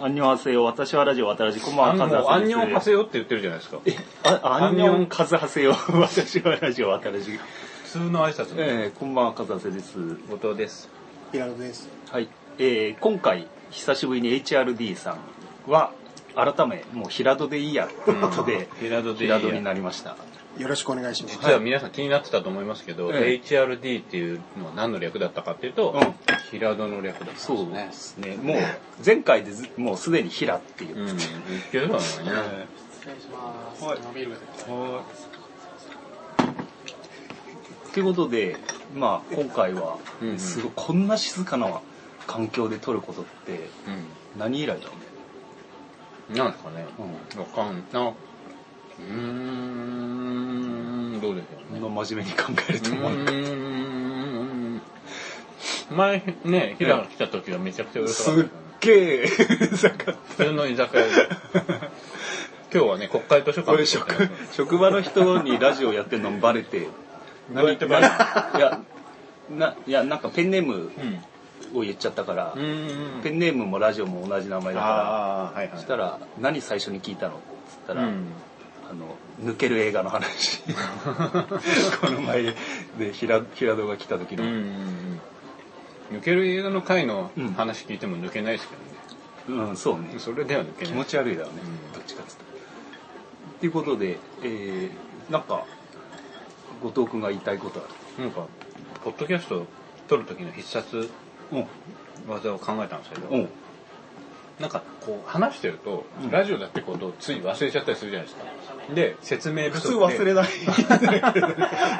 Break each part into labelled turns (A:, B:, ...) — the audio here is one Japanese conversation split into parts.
A: アンニョンハセヨ、私はラジオ、渡らじ、こんばんは、
B: もうアンニョンハ
A: ヨ。
B: セヨって言ってるじゃないですか。普
A: あアンニョンカズハセ ヨ、私はラジオ、渡らじ。
B: 通の挨拶の。
A: えー、こんばんは、カズハセです。
B: 後藤です。
C: 平野です。
A: はい。えー、今回、久しぶりに HRD さんは、改め、もう平戸でいいや、ということで、
B: 平戸でいいや
A: 平戸になりました。
C: よろしくお願いします。
B: 実は皆さん気になってたと思いますけど、
A: え
B: HRD っていうのは何の略だったかっていうと、
A: うん
B: 平戸の略だったんです
A: そう
B: ね
A: で。すね。もう、前回でずもうすでに平っていうう。
B: ん、言ってたのにね。
A: え
C: 失礼します。
A: はい
C: 伸びる。
A: ーということで、まあ、今回は
B: うんう、ん
A: すごい、こんな静かな環境で撮ることって、何以来だろ
B: うん。なんですかね。
A: うね。
B: わかんな。うーん、どうでしょう
A: こ
B: ね。
A: んな真面目に考えると思う。
B: うーん前ね、平が来た時はめちゃくちゃうるさ
A: すっ
B: かったですよね。
A: げえ、 なんか
B: 普通の居酒屋 で。今日はね、国会図書
A: これ
B: 館で撮って
A: 職
B: ます
A: 職場の人にラジオやってるのバレて
B: どうやってバレ
A: いやないやなんかペンネーム
B: うん。
A: を言っちゃったから、
B: うーん。
A: ペンネームもラジオも同じ名前だか
B: ああ、はい
A: ら
B: は
A: そ
B: い。
A: したら「何最初に聞いたの?」っつった
B: う
A: ら、
B: ん。
A: あの抜ける映画の 話この前で平平戸が来た時
B: う
A: の、
B: んうんうん。抜ける映画の回の
A: うん
B: 話聞いても抜けないですけどね。
A: うんそうね
B: それでは抜けない。
A: 気持ち悪いだろうね、
B: うん
A: どっちかっつったらっていうことで、えーなんか後藤君が言いたいことある
B: なんか、ポッドキャスト撮る時の必殺
A: うん
B: 技を考えたんですけど、
A: うん
B: なんかこう話してると、
A: うん
B: ラジオだってことをつい忘れちゃったりするじゃないですか。で、説明不
A: 普
B: 足
A: 通
B: で。
A: 忘れない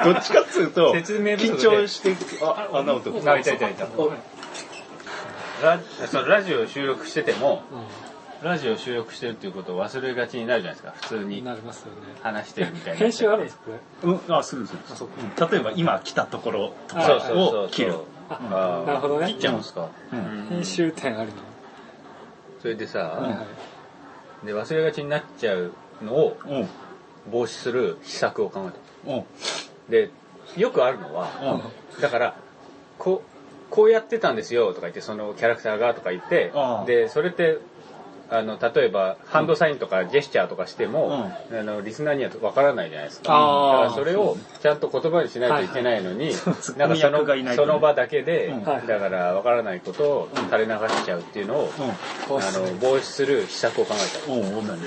A: どっちかっつうと
B: 説明不
A: 緊
B: 足で
A: 張してああなおと
B: あいたいたいた
A: お
B: ラそのラジオを収録してても、ラジオを収録してるっていうことを忘れがちになるじゃないですか、普通に
D: なりますよね。
B: 話してるみた いな。
D: 編集あるんですかね。
A: うんあすぐすぐ
D: そっか
A: うん例えば今来たところと
B: そうそう
A: か
B: そう
A: を切る
B: あー
D: なるほどね
B: 切っちゃうんですか。
A: うん
D: 編集点あるの。
B: それで
D: はい
B: さ
D: は、
B: で忘れがちになっちゃうのを
A: うんうん
B: 防止する秘策を考えた。
A: うん
B: で、よくあるのは、だから、こう、こうやってたんですよとか言って、そのキャラクターがとか言って
A: ああ、
B: で、それって、あの、例えば、ハンドサインとかジェスチャーとかしても、あの、リスナーにはわからないじゃないですか。
D: ああ
B: だからそれをちゃんと言葉にしないといけないのに、なんかそ
A: 役がいな
B: の、
A: いと
B: そ
A: ね
B: の場だけで
A: うん、
D: はい
B: だからわからないことを垂れ流しちゃうっていうのを、あの、防止する秘策を考え
A: うんうん何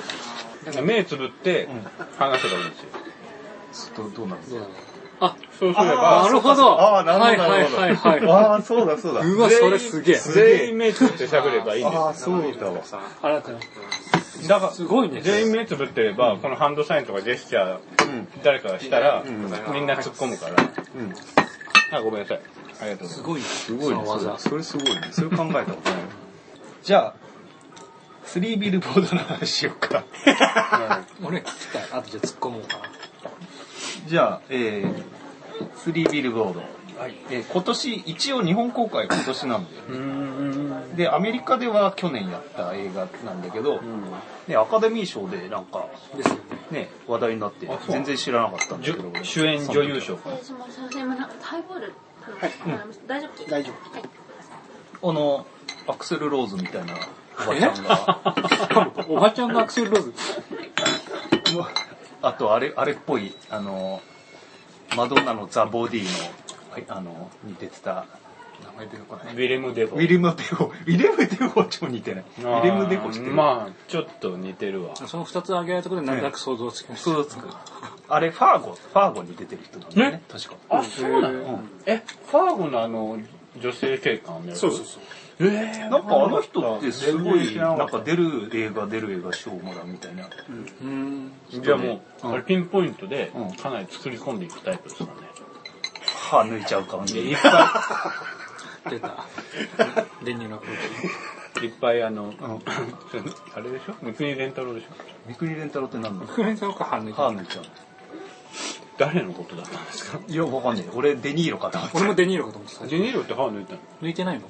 B: た。目つぶって
A: うん
B: 話せばいいんですよ。
A: どどうなんです
D: い。どう
A: か
D: なのあ、
B: そうすれば
D: な、るほど。
A: あーなるほど
D: はいはいはいはい。
A: ああそうだそうだ
D: うわ、それすげえ。
B: 全員目つぶってしゃべればいいんですよ
A: ああそうだわ
D: 新たな。
B: だから
D: すごいね
B: 全員目つぶってれば、このハンドサインとかジェスチャー、誰かがしたら、みんな突っ込むから、
A: うん
B: あごめんなさいありがとうござい
A: す
B: ま
A: ごいすごいね
D: その技
A: それそれすごいねそれ考えたことないじゃあスリービルボードの話しようか
D: 俺聞きたい。あとじゃあ突っ込もう か
A: じゃあ、えー、スリービルボード。えー今年、一応日本公開は今年なんだよね。
B: すうん
A: で、アメリカでは去年やった映画なんだけど、ね、アカデミー賞でなんか、
D: な。ですよね。
A: ね、話題になって
B: あ、そう
A: 全然知らなかったんだけど、俺
B: 主演女優賞
E: 失礼します。すいません。ハイボール頼みました。大丈夫
C: 大丈
E: はい。
A: あの、アクセル・ローズみたいなおばちゃんが、
D: おばちゃんのアクセルローズ。
A: もうあと、あれ、あれっぽい、あの、マドンナのザ・ボディの、はいあの、似てた、名前出てこない
B: ウ。ィレム・デフ
A: ウ
B: ォ
A: ィリム・デフォ、ウィリム・デフォ超似てない。ウィリム・デフォしてる。
B: まあちょっと似てるわ
D: その二つ挙げられたことでなんとなく想像つきました。
A: そうつく。あれ、ファーゴ、ファーゴに出てる人なんだよね、確か。
B: あそうなのえファーゴのあの女性警官の
C: そうそうそう。
B: うえ
A: なんかあの人ってすごい、
B: な
A: なんんか
B: か
A: 出る映画出る映画賞もらうみたいな。
D: うーん。
B: じゃあもう、
A: うん
B: あれピンポイントで
A: うん
B: かなり作り込んでいくタイプですかね、
A: 歯抜いちゃう感
B: でい
A: じ
B: っ。ぱい
D: 出 た。電流の空
B: いっぱいあ の、
A: ん
B: あれでしょ三国連太郎でしょ
A: 三国連太郎ってなんだろう
D: 気。クレンさんか反応
A: 歯抜いちゃう。
B: 誰のことだったんですか
A: いや、わかんない。俺、デニーロかと思って
D: 俺もデニーロかと思ってた。
B: ジェニーロって歯抜いたの
D: 抜いてないの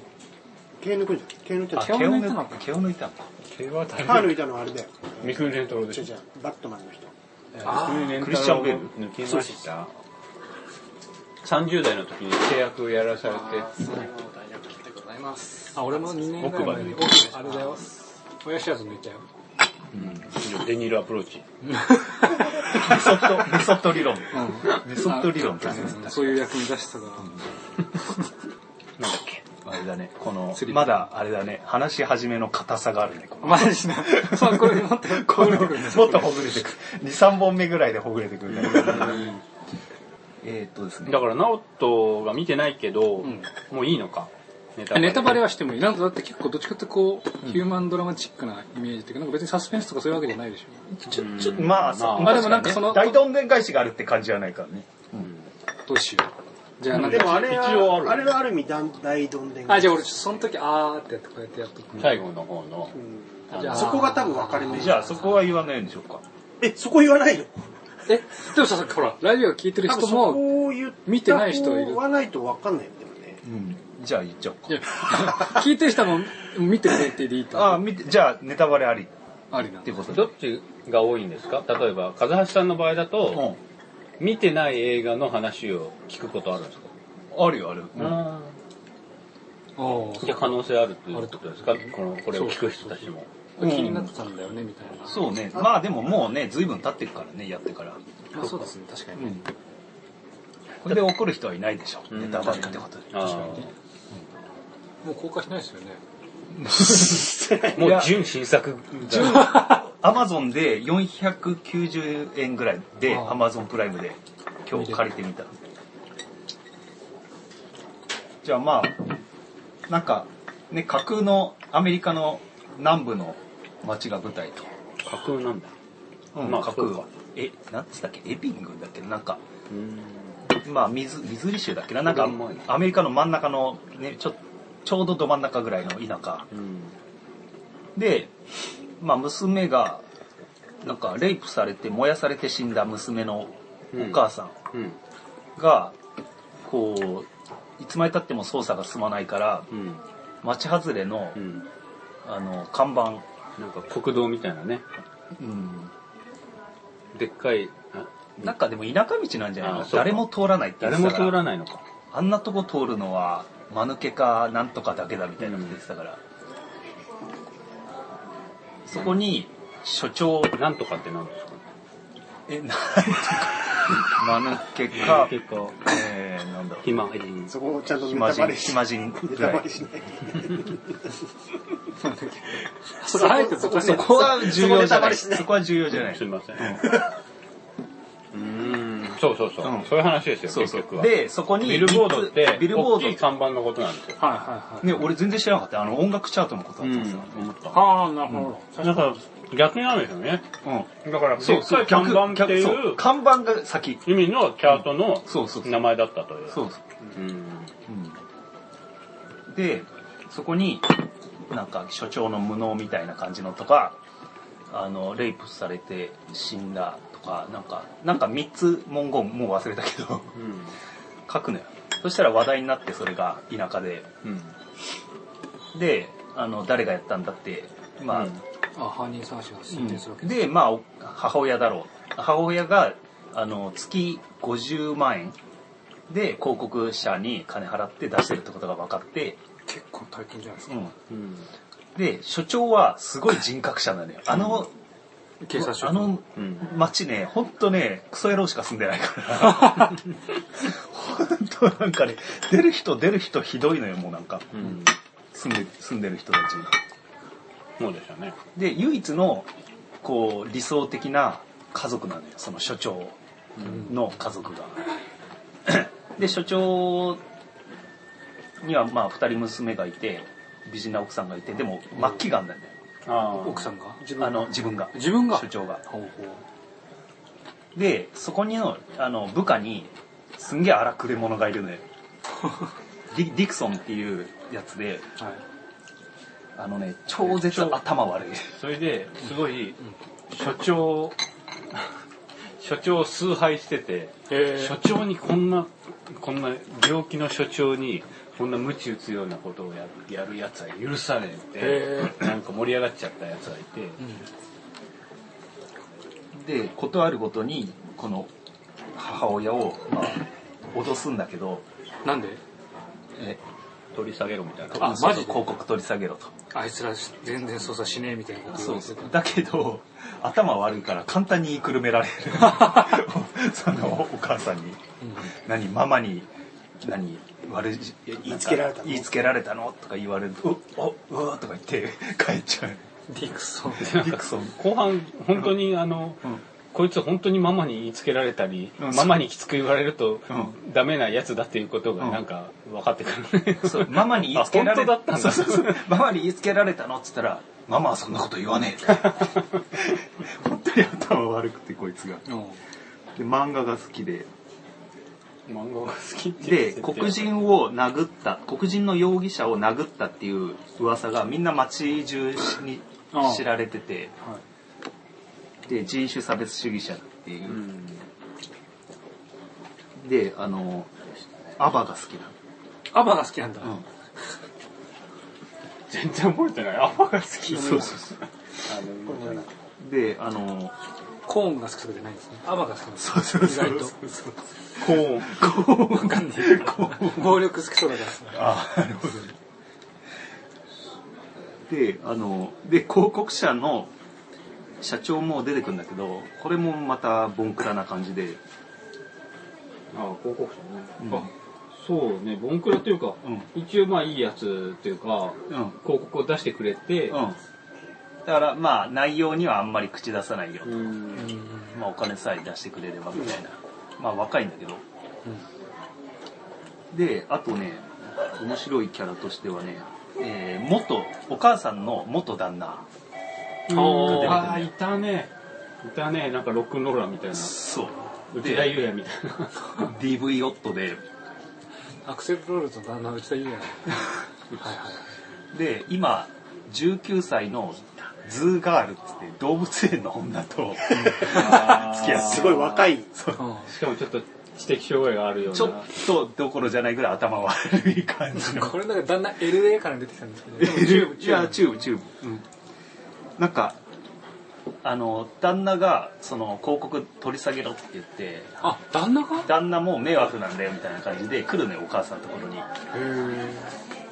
C: 毛抜くんじゃん。毛抜い
A: た。
C: てな
A: あ
C: い
D: 毛を抜いたのか
A: 毛を抜いたのか。
B: 毛は誰
C: 歯抜いたのはあれだよ。
B: 三国連太郎で
C: じ
B: し
C: ゃ
B: ょ
C: じゃバットマンの人。
D: あ
B: 三国
A: クリスチャンベール
B: 抜きました30代の時に契約やらされて
D: あ、俺も2年ぐらい前に、あれだよ、親知らず抜いたよ。
B: デニールアプローチ。
A: メソッド、メソッド理論。メソッド理論ってやつですね
D: うんそういう役目出したが、
A: なんだっけあれだね、この
D: 釣、り
A: まだあれだね、話し始めの硬さがあるね、この。
D: マジな。そう、これもっと、こ
A: こ
D: う
A: の
D: な
A: も
D: る
A: っ
D: んです
A: とほぐれてくる。2、3本目ぐらいでほぐれてくるから。えーっとですね
B: だ。から、ナオトが見てないけど、もういいのか。ネタ
D: ネタバレはしてもいい。なんかだって結構どっちかってこう、ヒューマンドラマチックなイメージっていうか、なんか別にサスペンスとかそういうわけじゃないでしょ。
A: ちょ、ちょ、まあ、そう
B: ま
D: あでもなんかその
A: 大どんでん返しがあるって感じじゃないからね。
D: どうしよう。じゃあなん
C: で
D: か、
C: もあれ
B: 一応あ
C: は、
B: る
C: あれはある意味大、大どんでん
D: あ、
C: 返し
D: じゃあ俺ちょっとその時、あーってやってこうやってやっとく。
B: 最後の方の。
D: じゃあ
C: そこが多分分かれ目。
A: じゃあ、そこは言わないんでしょうか。
C: え、そこ言わないの
D: え、でもさ、さっきほら、ラジオ聞いてる
C: 多分
D: 人
C: そ
D: も、
C: こを言った
D: 見てない人いる
C: 言わないと分かんないよ、でもね。
A: うん。じゃあ、言っちゃおうか
D: い。や 聞いてる人も見てくれてでいいと。
A: あ、見て、じゃあ、ネタバレありっ
D: ありな。
A: ていうことで
B: ど。っちが多いんですか例えば、風橋さんの場合だと、
A: う
B: 見てない映画の話を聞くことあるんですか
A: ん。あるよ、ある。うん
D: お
B: じゃあ可能性あるっていうことですかこの、これを聞く人たちも。
D: 気になってたんだよね、みたいな。
A: そうね。まあ、でももうね、随分経ってるからね、やってから。
D: まあそうですね、確かにね。
A: これで怒る人はいないでしょ。ネタバレってことで。
B: あ
D: もう公開しないですよね。
B: ーもう純新作だ
A: アマゾンで490円ぐらいで、
D: ああ
A: アマゾンプライムで今日借りてみた。じゃあまあ、なんか、ね、架空のアメリカの南部の街が舞台と。
B: 架空なんだ。
A: うん、
B: まあ
A: 架
B: そう
A: 空
B: か。
A: え、なんつったっけエビングだっけなんか、
B: うん
A: まあ、ミズミズーリ州だっけななんか
B: うまい、
A: アメリカの真ん中の、ね、ちょ、ちょうどど真ん中ぐらいの田舎。で、まあ、娘が、なんか、レイプされて、燃やされて死んだ娘のお母さん
B: うん。
A: が、こう、いつまで経っても操作が進まないから、
B: うん。
A: 町外れの
B: う、ん。
A: あの、看板、
B: なんか国道みたいなね。でっかい、あ
A: なんかでも田舎道なんじゃない
B: あ
A: の
B: そうか
A: 誰も通らないって言って
B: 誰も
A: たか
B: 通
A: ら、
B: らないのか。
A: あんなとこ通るのは、間抜けかなんとかだけだみたいなこと言ってたから、そこに、所長、
B: なんとかってなんですか
A: え、なんとか、間抜けか、
B: 結構、
A: えー、なんだろう。
B: ひまわり
C: そこをちゃんとネ
A: 暇
C: タバ
A: 人、
C: レし
A: 暇人
C: ネ
A: ぐ
C: タ
A: ら
C: バ
A: い
C: レ。しない。
D: そこ、あえてそこね
A: そこは重要じゃない。
C: そこネタバレしない
A: そこは重要じゃない
B: す。いません。うん。そうそうそう、
A: うん
B: そういう話ですよ、
A: そうそ
B: 結局
A: う。
B: は。
A: で、そこに、
B: ビルボードって、
A: ビルボ
B: 大きい
A: ード。
B: 看板のことなんですよ。
D: はいはいはい。
A: ね、俺全然知らなかった。あの、音楽チャートのことだったんですよ。
B: 思った。
D: ああ、なるほ
B: だから、逆になんですよね。
A: うん。
B: だから、
A: そ
B: で
A: う
B: っ
A: そ
B: か
A: う、
B: い看板ってい
A: そう
B: う
A: 看板が先。
B: 意味のチャートの
A: そうそうそう
B: 名前だったという。
A: そうそう。
B: うん。
A: うんで、そこに、なんか、所長の無能みたいな感じのとか、あの、レイプされて死んだとか、なんか、なんか3つ文言、もう忘れたけど、
B: うん。
A: 書くのよ。そしたら話題になって、それが田舎で。
B: うん。
A: で、あの、誰がやったんだって、まあ、
B: うん
D: ど。あ、犯人探しが進展するわけ
A: で、まあ、お母親だろう。母親が、あの、月50万円で広告社に金払って出してるってことが分かって、
D: 結構大金じゃないですか。
A: うん
B: うん。
A: で、所長はすごい人格者なのよ。あの、
D: 警察署
A: あの
B: うん
A: 町ね、ほんとね、クソ野郎しか住んでない から。ほんとなんかね、出る人出る人ひどいのよ、もうなんか。
B: うん。
A: 住んで、住んでる人たち。
B: そうでしたね。
A: で、唯一の、こう、理想的な家族なのよ、その所長の家族が。 で、所長にはまあ二人娘がいて、美人な奥さんがいて、でも末期がんだよね。
B: ああ。
D: 奥さんが自
A: あ
D: 分
A: の、自分が。
D: 自分が
A: 所長が。
D: ほうほう。
A: で、そこにの、あの、部下に、すんげえ荒くれ者がい るのよ。ディディクソンっていうやつで、
D: はい。
A: あのね、超絶頭悪い。
B: それですごい所長所長を崇拝してて
D: え
B: 所長にこんなこんな病気の所長にこんな鞭打つようなことをやるやるやつは許さねえ
D: へ
B: ってなんか盛り上がっちゃったやつがいて
A: で、ことあるごとに、この、母親を、まあ、脅すんだけど、
D: なんで
A: え、
B: 取り下げろみたいな
A: あ
D: あ
A: マ
D: マ
A: ジ
D: ジで
A: 広告取り下げろと
D: あいつら全然操作しねえみたいなこと
A: そ
D: 言
A: う
D: わ
A: そ
D: れ
A: う
D: て
A: だけど頭悪いから簡単に言いくるめ られるそのお母さんに何ママに何悪い
C: 言いつけられたの
A: 言いつけられたのとか言われると「うおうわ」とか言って帰っちゃう
D: うんディクソン
B: なん かそう後半本当にあの、こいつ本当にママに言いつけられたり、
A: うん
B: ママにきつく言われると、
A: う
B: ダメなやつだっていうことがなんか分かってくるね、
A: そうママに言いつけられ
B: あ本当だったんだ
A: そうそうそうママに言いつけられたのっつったら「ママはそんなこと言わね え」本当に頭悪くてこいつが
D: うん
A: で漫画が好きで
B: 漫画が好きってい
A: で
B: う
A: 黒人を殴った黒人の容疑者を殴ったっていう噂がみんな街中に
D: ああ
A: 知られてて
D: は
A: で人種差別主義者っていうう、
B: ん
A: であのアバが好きな
D: いアバが好きなんだ
A: の、
B: 全然覚えてないアバが好き
A: そうそうそうであの
D: コーンが好きとかじゃないんですねアバが好きなんです
A: そうそうそう
D: 意外と
A: そう
B: コーン
A: こうわかんねえ
D: 暴力好きそうだからですね
A: あなるほどねであので広告社の社長も出てくるんだけどこれもまたボンクラな感じで、
B: あ広告者ね、
A: うん
B: あそうねボンクラというか、
A: う
B: 一応まあいいやつというか
A: うん、
B: 広告を出してくれて、
A: うん。だからまあ内容にはあんまり口出さないよ。
B: うん
A: まあお金さえ出してくれればみたいな。まあ若いんだけど。で、あとね、面白いキャラとしてはね、えー元、お母さんの元旦那。
D: おー
B: ああいたねいたねなんかロックンローラーみたいな
A: そう。
B: 内田
A: で、
B: 裕也みたいな
A: DV 夫で、
D: アクセルロールズの旦那内田裕也のはいはい
A: で、今、19歳のズーガールっつって動物園の女と 付き合って
C: すごい若い。
A: そう
D: うん
B: しかもちょっと知的障害があるよう な
A: ちょっとどころじゃないぐらい頭悪い感じの
D: これなんかだんだん LA から出てきたんですけど、でもチューブ、
A: い
D: チュー
A: や
D: ブ。
A: チューブチューブ、うん、なんかあの旦那がその広告取り下げろって言って
D: あ、旦那がへ
A: 旦那も迷惑なんだよみたいな感じで来るねお母さんのところに
D: え。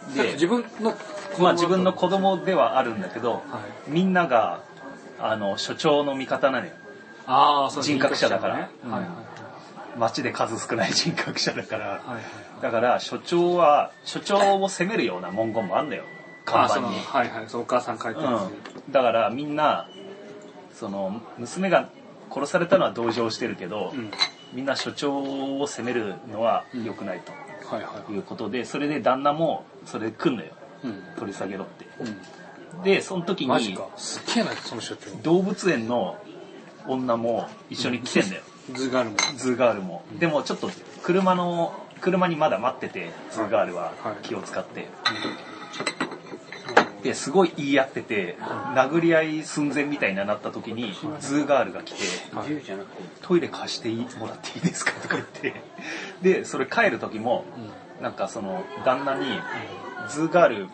D: 自
A: で
D: 分の、
A: まあ自分の子供ではあるんだけど、
D: は
A: みんながあの所長の味方なのよ
D: ああ、そう
A: 人格者だから
D: 人格者ねはいはい
A: 町で数少ない人格者だから
D: はいはいはい。
A: だから所長は所長を責めるような文言もあんだよ看
D: あ
A: 板
D: その
A: に
D: はいはい、そうお母さん帰ってます。
A: うん、だからみんなその娘が殺されたのは同情してるけど、
D: うん。
A: みんな所長を責めるのは良くない
D: はいは
A: と
D: い。
A: いうことでそれで旦那もそれで来んのよ
D: うん。
A: 取り下げろって
D: うん。
A: でその時
D: マジ
A: に
D: か。すっげえな、その社長。
A: 動物園の女も一緒に来てんだよ、
D: 図があるもん。
A: ズーガールもでもちょっと車の車にまだ待っててズーガールは
D: はい
A: 気を使って、ですごい言い合ってて殴り合い寸前みたいになった時にズーガールが来て
B: 自由じゃなくていい
A: 「トイレ貸していいもらっていいですか?」とか言ってでそれ帰る時もなんかその旦那にズーガール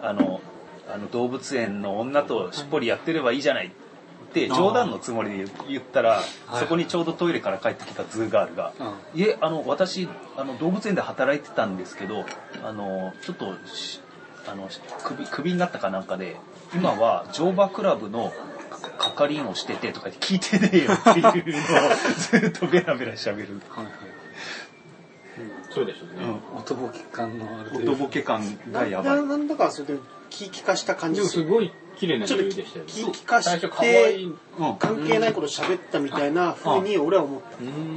A: あのあの動物園の女としっぽりやってればいいじゃないって冗談のつもりで言言ったら
D: い
A: そこにちょうどトイレから帰ってきたズーガールが
D: う
A: 「
D: ん
A: いえあの私あの動物園で働いてたんですけどあのちょっとしあのしクビクビになったかなんかで今は乗馬クラブのか係員をしてて」とか言って聞いてねえよっていうのをずっとベラベラ喋る。
D: はいはい。
B: そうでしょうね、
D: 音ボケ感のあるという
A: 音ボケ感がやばい
C: な。なんだかそれで聞き化した感じ
B: ですも
C: る
B: すごい綺麗な
C: ちょ
B: 女
C: っと
B: 優でしたよね
C: 聞き化
B: 最
C: し
B: 初可愛
C: て
B: い、
A: うん
C: 関係ないこと喋ったみたいな風に俺は思っ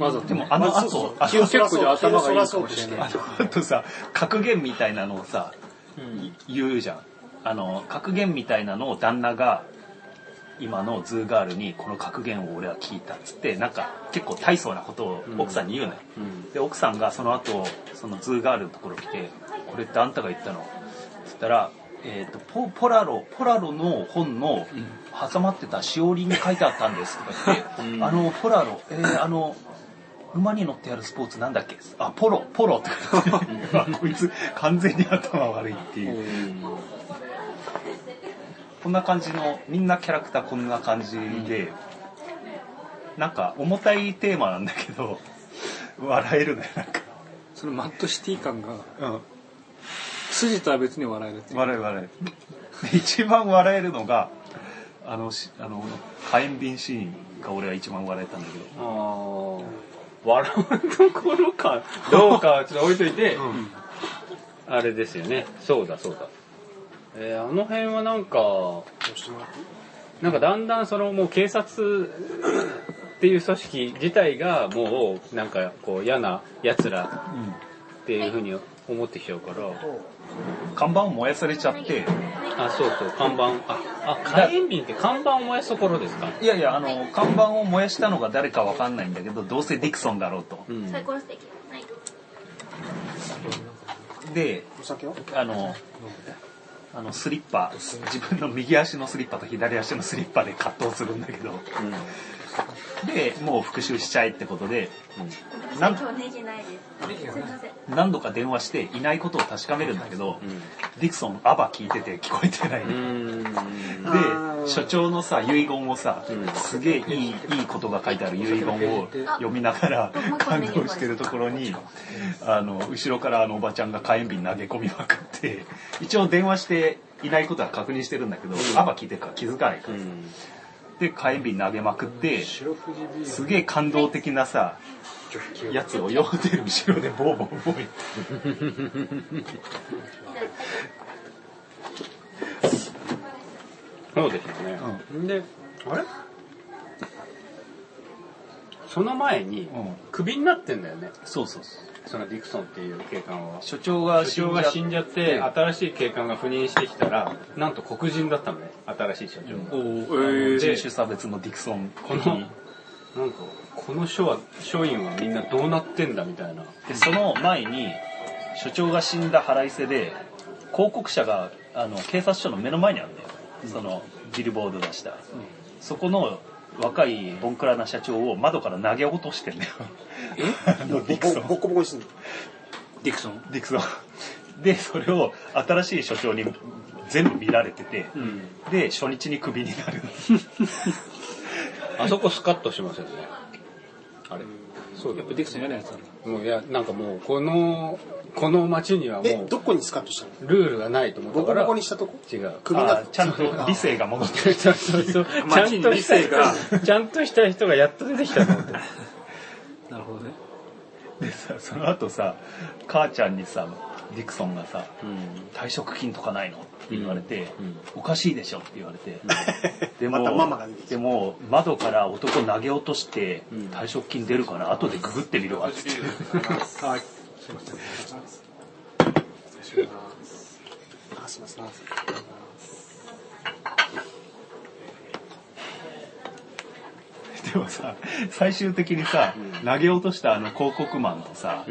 C: た。
D: わざと。
A: でもあの
C: まあそうそ
A: 後
C: う、
A: あ
C: 気をそらそ
D: 結構
C: う、気
D: 頭
C: を
D: がい
C: そ
D: いからもしれ
C: そ
D: な
C: う
D: い
C: として。
A: の後さ、格言みたいなのをさ、
B: うん
A: 言うじゃん。あの、格言みたいなのを旦那が、今のズーガールにこの格言を俺は聞いたっつって、なんか結構大層なことを奥さんに言うのよ。
B: うん
A: で、奥さんがその後、そのズーガールのところ来て、これってあんたが言ったのつったら、えっ、とポ、ポラロ、ポラロの本の挟まってたしおりに書いてあったんですとか言って、
B: うん
A: あの、ポラロ、えーあの、馬に乗ってやるスポーツなんだっけあ、ポロ、ポロって書いてある あこいつ完全に頭悪いっていう。こんな感じの、みんなキャラクターこんな感じで、なんか重たいテーマなんだけど、笑えるね、なんか。
D: そのマッドシティ感が、
A: うん。
D: 筋とは別に笑えるっていう。
A: 笑える笑えるで一番笑えるのがあのしあの火炎瓶シーンが俺は一番笑えたんだけど
B: あー笑うところかどうかはちょっと置いといて、あれですよねそうだそうだ、えーあの辺はなんか
C: 押してもらっていい
B: なんかだんだんそのもう警察っていう組織自体がもうなんかこう嫌な奴らっていうふうに思ってきちゃうから、
A: 看板を燃やされちゃって
B: あ、そうそう、看板、あ、あ、火炎瓶って看板を燃やすところですか
A: いやいやあの看板を燃やしたのが誰かわかんないんだけどどうせディクソンだろうと
B: うん。
E: サイコロステーキ。はい。
A: で
C: お酒は
A: あのあのスリッパ自分の右足のスリッパと左足のスリッパで葛藤するんだけど
B: うん
A: でもう復讐しちゃえってことで
E: ごめんな
A: な
E: さ
A: ん
E: い、今日ネギないです。すいません。
A: 何度か電話していないことを確かめるんだけど、ディクソンアバ聞いてて聞こえてない、
B: うん。うん。
C: あー
A: で所長のさ遺言をさ、
B: うん
A: すげえいいいいことが書いてある遺言を読みながら
E: あもう一個
A: 感動してるところにあの後ろからあのおばちゃんが火炎瓶投げ込みまくって一応電話していないことは確認してるんだけど、アバ聞いてるから気づかないか
B: う
A: ら、
B: ん
A: で火炎瓶投げまくって
D: 白富士ビール
A: すげえ感動的なさやつを読んでる後ろでボーボーボー言って
B: そうですよね。で、あれその前に
A: うん、
B: クビになってんだよね。
A: そうそうそう
B: そのディクソンっていう警官は。
A: 所長が
B: 所長が死んじゃって、新しい警官が赴任してきたら、なんと黒人だったのね、新しい所長が。
A: おー
B: えー
A: 人種差別のディクソン
B: この、なんか、この署は、署員はみんなどうなってんだみたいな。
A: でその前に所長が死んだ腹いせで広告者があの警察署の目の前にあるんだよ、そのビルボード出した、そこの若いボンクラな社長を窓から投げ落としてんだよ あのディクソン
C: ボッコボコにすんの
D: ディクソン。
A: ディクソン でそれを新しい所長に全部見られてて、で初日にクビにな る
B: あそこスカッとしますよね。あれ。そうだ
D: やっぱディクソン嫌なやつなんだ。
B: もういや、なんかもう、この、この街には
C: え
B: もう、
C: どこにスカッとしたの
B: ルールがないと思っ
C: ボ
B: た
C: コ
B: か
C: ボ
B: ら。
C: コにしたとこ
B: 違う。
C: 首
A: あ
C: が
A: ーちゃんと理性が戻って
B: ちゃんとそうちゃんとした人が、ちゃんとした人がやっと出てきたと思って。
D: なるほどね。
A: でさ その後さ母ちゃんにさディクソンがさ「退職金とかないの?」って言われて、おかしいでしょ」って言われて、 でも
C: またママが出てきた
A: でも窓から男投げ落として退職金出るから後でググってみるわっつって、
D: はい。
C: あすいません
A: でもさ最終的にさ、投げ落としたあの広告マンとさ、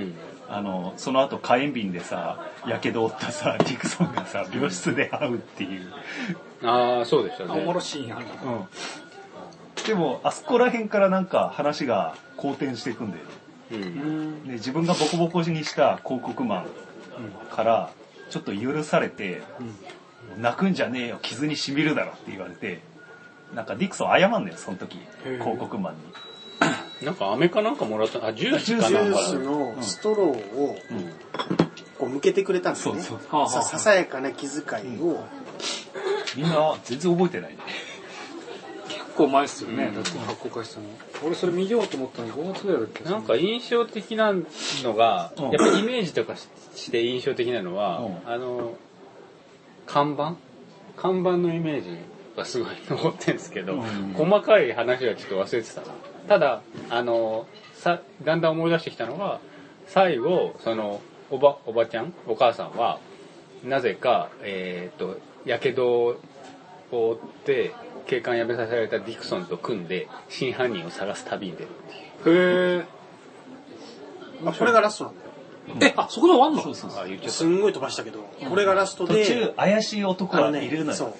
A: あのその後火炎瓶でさやけど負ったさディクソンがさ病室で会うっていう。
B: ああ、そうでした
D: おも
B: ね。
D: ろシーンあるな。
A: うん、でもあそこら辺からなんか話が好転していくんだよね
B: うん。
A: で自分がボコボコにした広告マンからちょっと許されて「泣くんじゃねえよ傷にしみるだろ」って言われてなんかディクソン謝んだよその時
C: へえ
A: 広告マンに
B: なんか飴かなんかもらった、あ、ジュースか
C: ジ
B: なん
C: ュー
B: か。
C: スのストローをこう向けてくれたんですね
A: そうそう
D: はあはあ
C: さささやかな気遣いを
A: みんな全然覚えてないね
D: 結構前っすよね。だって発行開始したの。俺それ見ようと思ったの5月ぐらいだっけ
B: なんか印象的なのが、
A: うん
B: やっぱイメージとかしして印象的なのは、
A: うん
B: あの、看板看板のイメージがすごい残ってるんですけど、
A: うん
B: 細かい話はちょっと忘れてたな。ただ、あの、さ、だんだん思い出してきたのが、最後、その、おば、おばちゃんお母さんは、なぜか、えーっと、やけどを負って、警官辞めさせられたディクソンと組んで、真犯人を探す旅に出る。
D: へ
C: あこれがラストなんだよ
D: え。え、あ、そこで終わんの
B: あ、言っちゃった
C: すんごい飛ばしたけどこれがラスト
A: 途
C: で
A: 中怪しい男
C: あの
A: が
C: ね
A: いるの
C: そう
A: よ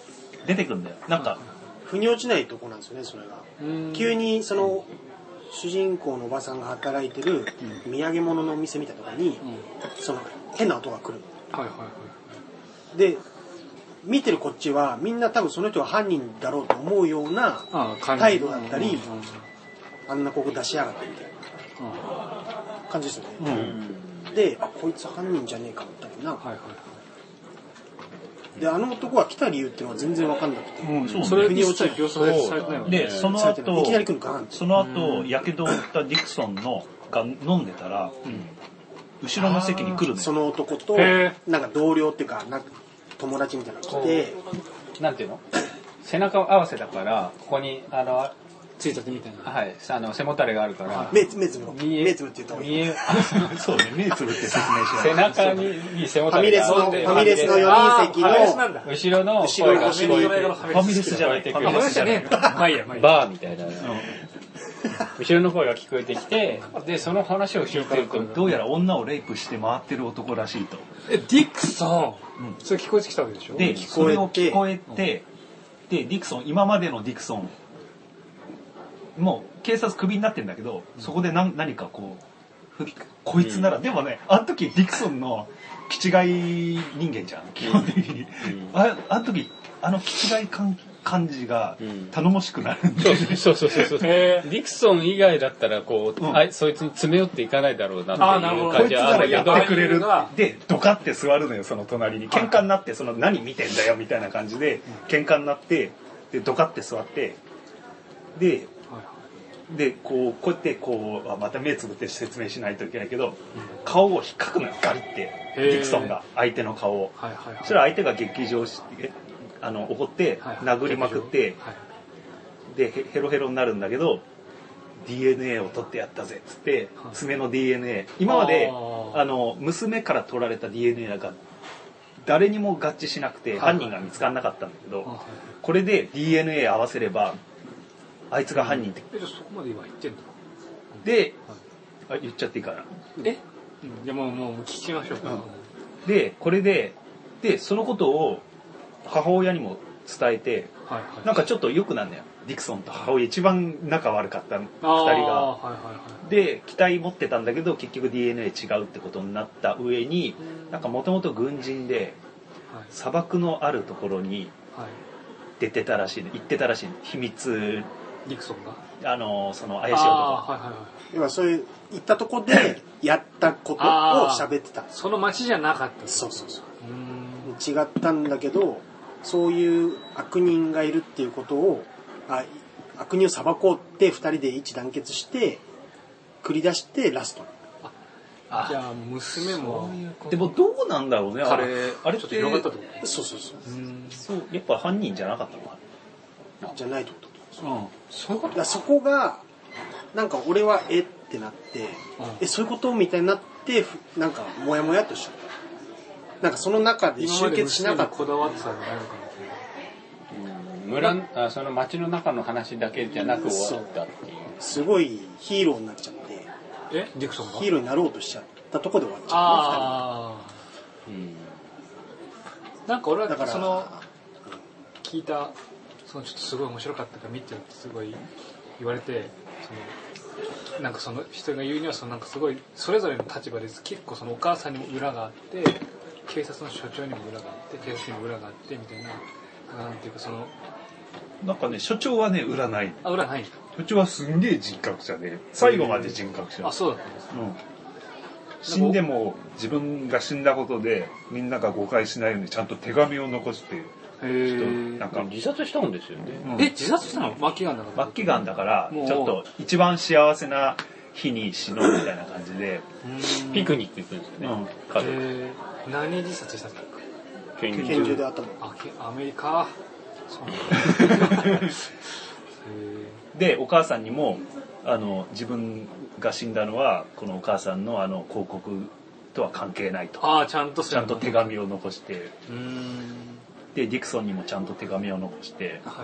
A: 出てくんだよなんか
C: 腑に落ちないとこなんですよねそれが
D: うん
C: 急にその主人公のおばさんが働いてる土産物のお店みたいなとこに
D: うん。はい
C: その変な音が来る
D: はいはい。
C: で見てるこっちはみんな多分その人が犯人だろうと思うような
D: ああ
C: 態度だったり
D: うんうん
C: あんなここ出しやがってみたい
D: うんは
C: な感じですよね
A: うん
C: であこいつ犯人じゃねえかみたいない
D: はい。
C: であの男が来た理由っていうのは全然分かんなくて、
A: うんそうね
D: それに一切描写されてないの
A: でその
C: されてないい
A: 後
C: きなり来るから
A: その後やけどを負ったディクソンのが飲んでたら、後ろの席に来るのよ
C: その男と
D: へ
C: なんか同僚っていうかなんか友達みたいなのが来て
B: なんていうの背中合わせだから、ここに、あの、
D: ついたてみたいな。
B: はい、あの、背もたれがあるから、
C: 目目つぶろう
B: 見え、
C: 目つぶって言った方がいい
B: 見え、
A: そうね目つぶって説明しない
B: 背中にに背も
C: フ
B: た
C: ァミ
B: れ
C: レスの
B: があっ
C: フ
B: て
C: ァミレスの4人席
D: あーファミレスな
C: の
D: んだ
B: 後ろの
C: 後
B: 声
C: ろの
B: が
C: 星
B: 聞
C: の
B: こえ
C: 上
B: て
C: から
A: ファミレスじゃない
B: 聞
A: フ
B: こ
A: ァ
B: え
A: ミ
B: て
A: レスじゃない
B: くる
D: まあいいや、まあいいや。
B: バーみたいなね、後ろの声が聞こえてきて、で、その話を後ろから来る。
A: どうやら女をレイプして回ってる男らしいと
D: え、ディクソ
A: うん
D: ンそれ聞こえてきたわけでしょ
A: で
C: 聞
A: そ
C: こえて
A: れを聞こえてでディクソン今までのディクソンもう警察クビになってんだけどそこで何何かこうふこいつなら、でもねあの時ディクソンの気違い人間じゃん基本的に、ああの時あの気違い感感じが
B: うん
A: 頼もしくなるんで、
B: そうそうそうそうそう。デ
D: へ
B: ィクソン以外だったら、こう、
A: うん
B: あいそいつに詰め寄っていかないだろうなっ
D: あーな
B: て
D: る
B: い
D: ほ
B: う
D: ど
A: こい
B: 感
A: つ
B: じ
A: な
B: はあ
A: ら
B: るんだ
A: や
B: け
A: って
B: ど、
A: くれる
D: あ
A: でドカって座るのよその隣に喧嘩になってその何見てんだよみたいな感じで喧嘩になってでドカって座ってででこうこうやってこうあまた目つぶって説明しないといけないけど顔を引っかくのよガリって
D: へー
A: ディクソンが相手の顔を
D: はいはいはい。
A: そしたら相手が激情してあの怒って
D: はいはい
A: 殴りまくって
D: はい
A: でヘヘロヘロになるんだけど DNA を取ってやったぜっつって
D: はい
A: 爪の DNA 今まで
D: あー
A: あの娘から取られた DNA が誰にも合致しなくて
D: はい
A: 犯人が見つからなかったんだけ
D: あ
A: ど
D: はい
A: これで DNA 合わせればあいつが犯人って
D: え、じゃあそこまで今言ってんの
A: で
D: は
A: あ言っちゃっていいかな
D: えいや、もう、もう、聞きましょうか。
A: でこれででそのことを母親にも伝えて
D: はいはい。
A: なんかちょっと良くなんだよディクソンと母親一番仲悪かった2人
D: あー、
A: が
D: はいはいはい。
A: で期待持ってたんだけど結局 DNA 違うってことになった上になんかもともと軍人で
D: はい
A: 砂漠のあるところに
D: はい。
A: 出てたらしい行ってたらしい秘密
D: ディクソンが。
A: あのその怪しい
D: あ
A: 男
D: ーはいはいはい。
C: 今そういう行ったとこでやったことを喋ってた
D: その街じゃなかった。
C: そうそうそう
D: うーん。
C: 違ったんだけどそういう悪人がいるっていうことをあ悪人を裁こうって2人で一致団結して繰り出してラスト
D: じゃあ、娘も。
A: でもどうなんだろうねあれあれっ
D: ちょっと
A: て
D: 広がったってこ
C: そうそうそう
D: とうん。
A: そうやっぱ犯人じゃなかったのか
C: じゃないってこと
A: なうん
D: そういうこ
C: だからそこがなんか俺はえってなって、えそういうことみたいになってふなんかモヤモヤっとしちゃうなんかその中で
D: 今ま
C: 集
D: で
C: 結しなか
D: 娘
C: っ
D: にこだわってたんじゃないのかな
B: 村んあその街の中の話だけじゃなく終わったっていう。
C: たすごいヒーローになっちゃって
D: えディクソンが
C: ヒーローになろうとしちゃったとこで終わっちゃ
D: あ
B: うん
D: あ。なんか俺
C: う、ね、だか
D: は、
C: ら
D: その、聞いた、そのちょっとすごい面白かったから見てよってすごい言われて、その、なんかその人が言うには、そのなんかすごい、それぞれの立場です。結構そのお母さんにも裏があって、警察の所長にも裏があって、警察にも裏があって、みたいな、なんていうかその、
A: なんかね所長はね占い
D: あ、裏ないんだ。
A: 所長はすんげえ人格者で最後まで人格者
D: あ、そうだったんです。
A: うん死んでも自分が死んだことでみんなが誤解しないようにちゃんと手紙を残して人なんか、
B: 自殺したんですよね。
A: うん
D: え、自殺したの末期がんだから。
A: 末期がんだから
D: もう
A: ちょっと一番幸せな日に死のうみたいな感じで、
B: ピクニック行くんですよね。
A: うん
B: 家族
D: えー、何自殺したんだっけ
B: 拳
C: う
B: 銃
C: 拳銃で頭
D: あけアメリカそうなんだへー
A: でお母さんにもあの自分が死んだのはこのお母さんのあの広告とは関係ないと
D: ああちゃんと
A: ちゃんと手紙を残して
D: うーん
A: でディクソンにもちゃんと手紙を残して
D: は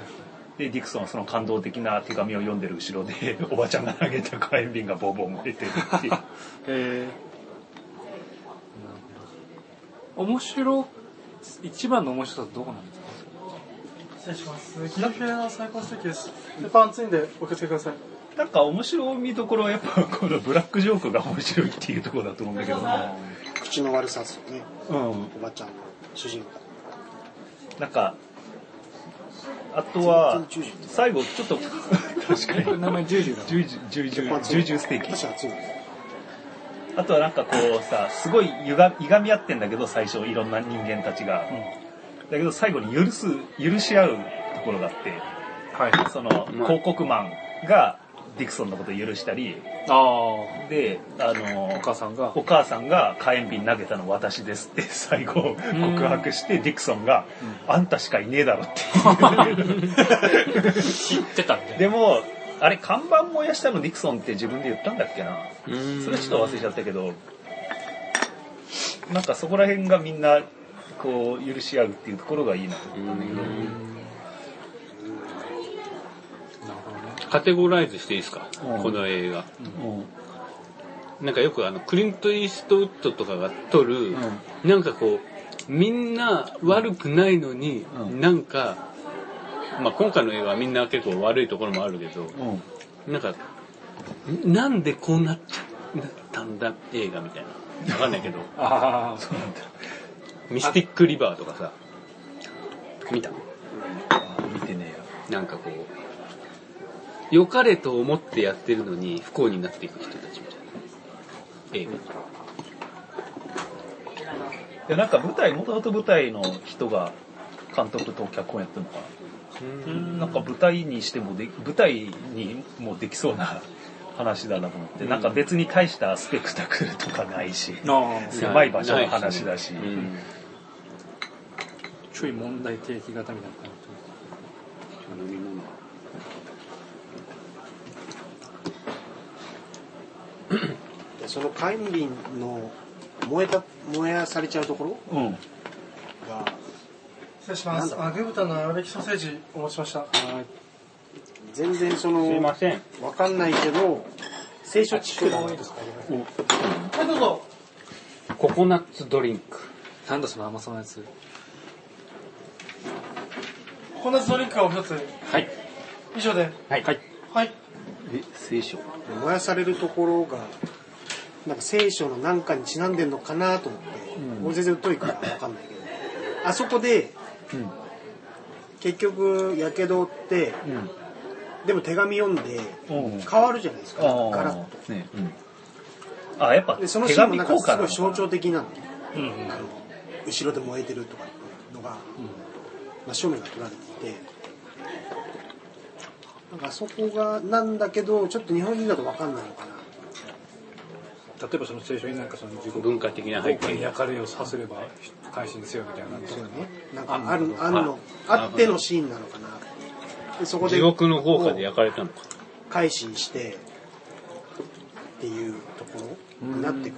D: い
A: でディクソンはその感動的な手紙を読んでる後ろで おばちゃんが投げた火炎瓶がボーボー燃えてるって いう。
D: え面白一番の面白さってどこなんですか
F: 失礼します。キラキラの最高席です。でパンツインでお気をつけください。
A: なんか面白みどころはやっぱこのブラックジョークが面白いっていうところだと思うんだけどな
C: 口の悪さですよね
A: うん
C: おばちゃんの主人公
A: なんかあとは
C: 全然ジュージュー
A: 最後ちょっと確
D: こ
A: か
D: れ
A: に
D: 名前ジュージュだ
A: ジュージュジュージュジュージューステーキ
C: 箸熱いのね
A: あとはなんかこうさすごいゆがいがみ合ってんだけど最初いろんな人間たちが、だけど最後に許す許し合うところがあって
F: はい。
A: その
B: まあ
A: 広告マンがディクソンのことを許したり
F: ああ。
A: であ
F: お
A: の
F: 母さんが、
A: お母さんが火炎瓶投げたの私ですって 最後告白してディクソンが「あんたしかいねえだろ」っていう
D: 知ってたんで。
A: でもあれ看板燃やしたのディクソンって自分で言ったんだっけなそれちょっと忘れちゃったけどなんかそこら辺がみんなこう許し合うっていうところがいいなと思ったんだけど
B: カテゴライズしていいですか、
A: うん
B: この映画。
A: うん
B: なんかよくあの、クリント・イーストウッドとかが撮る、なんかこう、みんな悪くないのに、
A: うん
B: なんか、まあ今回の映画はみんな結構悪いところもあるけど、
A: うん
B: なんか、んなんでこうなっちゃなったんだ映画みたいな。わかんな いけど、
D: ああ、
B: ミスティック・リバーとかさ、見た
A: あ見てね
B: なんかこう、良かれと思ってやってるのに不幸になっていく人たちみたいな。映
A: えよいやなんか舞台もともと舞台の人が監督と脚本やってるのかななんか舞台にしてもで舞台にもできそうな話だなと思って、なんか別に大したスペクタクルとかないし
F: あ
B: 画。
A: 狭い場所の話だし、
B: うん
F: ちょい問題提起型みたいな感じ。
C: でその火炎瓶の燃えた燃やされちゃうところ
A: うん
C: が
F: 失礼します。
C: なん
F: あ、グ豚の粗挽きソーセージお持ちしました。
C: 全然その
B: すいません。
C: わかんないけど聖書地区だ
F: はい、どうぞ。
B: ココナッツドリンク。
D: なんだその甘さのやつ。
F: ココナッツドリンクを一つ。
B: はい。
F: 以上で。
B: はい。はい。
F: はい。
A: え聖書
C: 燃やされるところがなんか聖書のなんかにちなんでんのかなと思って、俺全然疎いからわかんないけどあそこで、
A: うん
C: 結局やけどって
A: うん
C: でも手紙読んで
A: うん
C: 変わるじゃないですか
A: あ
C: ガラ
A: あ
C: ッと
A: ねうんあやっぱ
C: で
A: 手
C: そのシーンも
A: 紙
C: なんか
A: 効果
C: す
A: な
C: ご
A: の
C: い象徴
A: か
C: 的なの
F: うん
C: あの後ろで燃えてるとかのが真正面が取られていてなんかあそこがなんだけどちょっと日本人だとわかんないのかな
D: 例えばその聖書になんかその地獄
B: 文化的な背
D: 豪華に
B: 景。
D: 焼かれをさせれば改心せよみたいな。
C: そうね。なんかある、あるの、あってのシーンなのかな。でそこで、
B: 地獄の豪華で焼かれたのか。
C: 改心して、っていうところになってく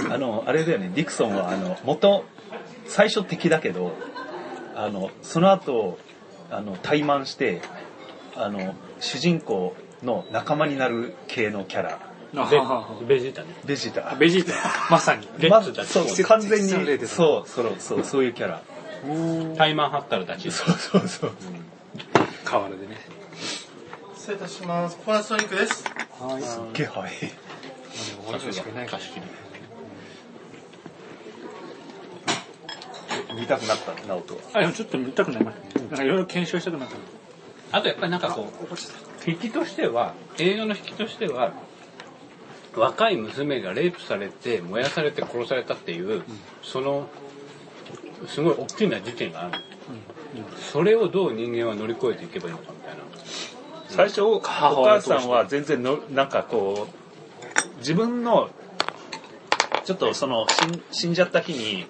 C: るから。
A: あのあれだよねディクソンはあの元最初敵だけどあのその後あの怠慢してあの主人公の仲間になる系のキャラ
B: ベベジータね。
A: ベジータ
D: ベジータ、まさに。
B: レッツだ
A: そう
B: し、
A: 完全
D: 絶対それ
A: に
D: です
A: そうそうそうそういうキャラ
B: タイマンハッタルたち。
A: そうそうそう
D: 河原でね。
F: 失礼いたします。ココナッツドリンクです。
C: はい。
A: 気配
D: 面白いしかいないから。
A: 見たくなったナオトは
D: あ、でもちょっと見たくなりましたね。なんかいろいろ検証したくなった。
B: あとやっぱりなんかこう、引きとしては、映画の引きとしては、若い娘がレイプされて、燃やされて殺されたっていう、その、すごい大きな事件がある。それをどう人間は乗り越えていけばいいのかみたいな。
A: 最初お母さんは全然のなんかこう自分のちょっとその死ん死んじゃった日に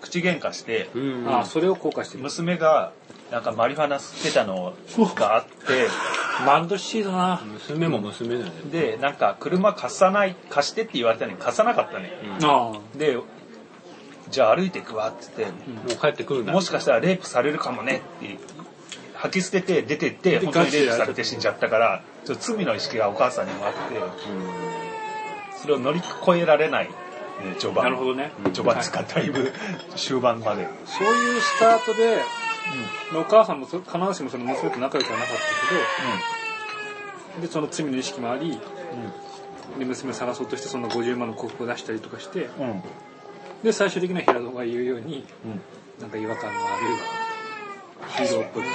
A: 口喧嘩して
B: うん
D: あ、それを後悔してる。
A: 娘がなんかマリファナ吸ってたのがあっ
D: マルドシーだな。
B: 娘も娘だよね。
A: てでなんか車貸さない貸してって言われたのに貸さなかったね
D: あ
A: でじゃあ歩いていくわって言っ
B: もう帰ってくる
A: て
B: な。
A: もしかしたらレイプされるかもねって吐き捨てて出てって本当にレイプされて死んじゃったからちょっと罪の意識がお母さんにもあって。それを乗り越えられない、えー序
D: あ。
A: 盤
D: なるほどね。
A: 序盤ですか、だいぶ終盤まで
D: そういうスタートで、お母さんもそ必ずしもその娘と仲良くはなかったけど、で、その罪の意識もあり、で、娘を探そうとして、その50万の広告を出したりとかして、
A: うんうん
D: で、最終的には平戸が言うように、なんか違和感のある、ヒーローっぽい感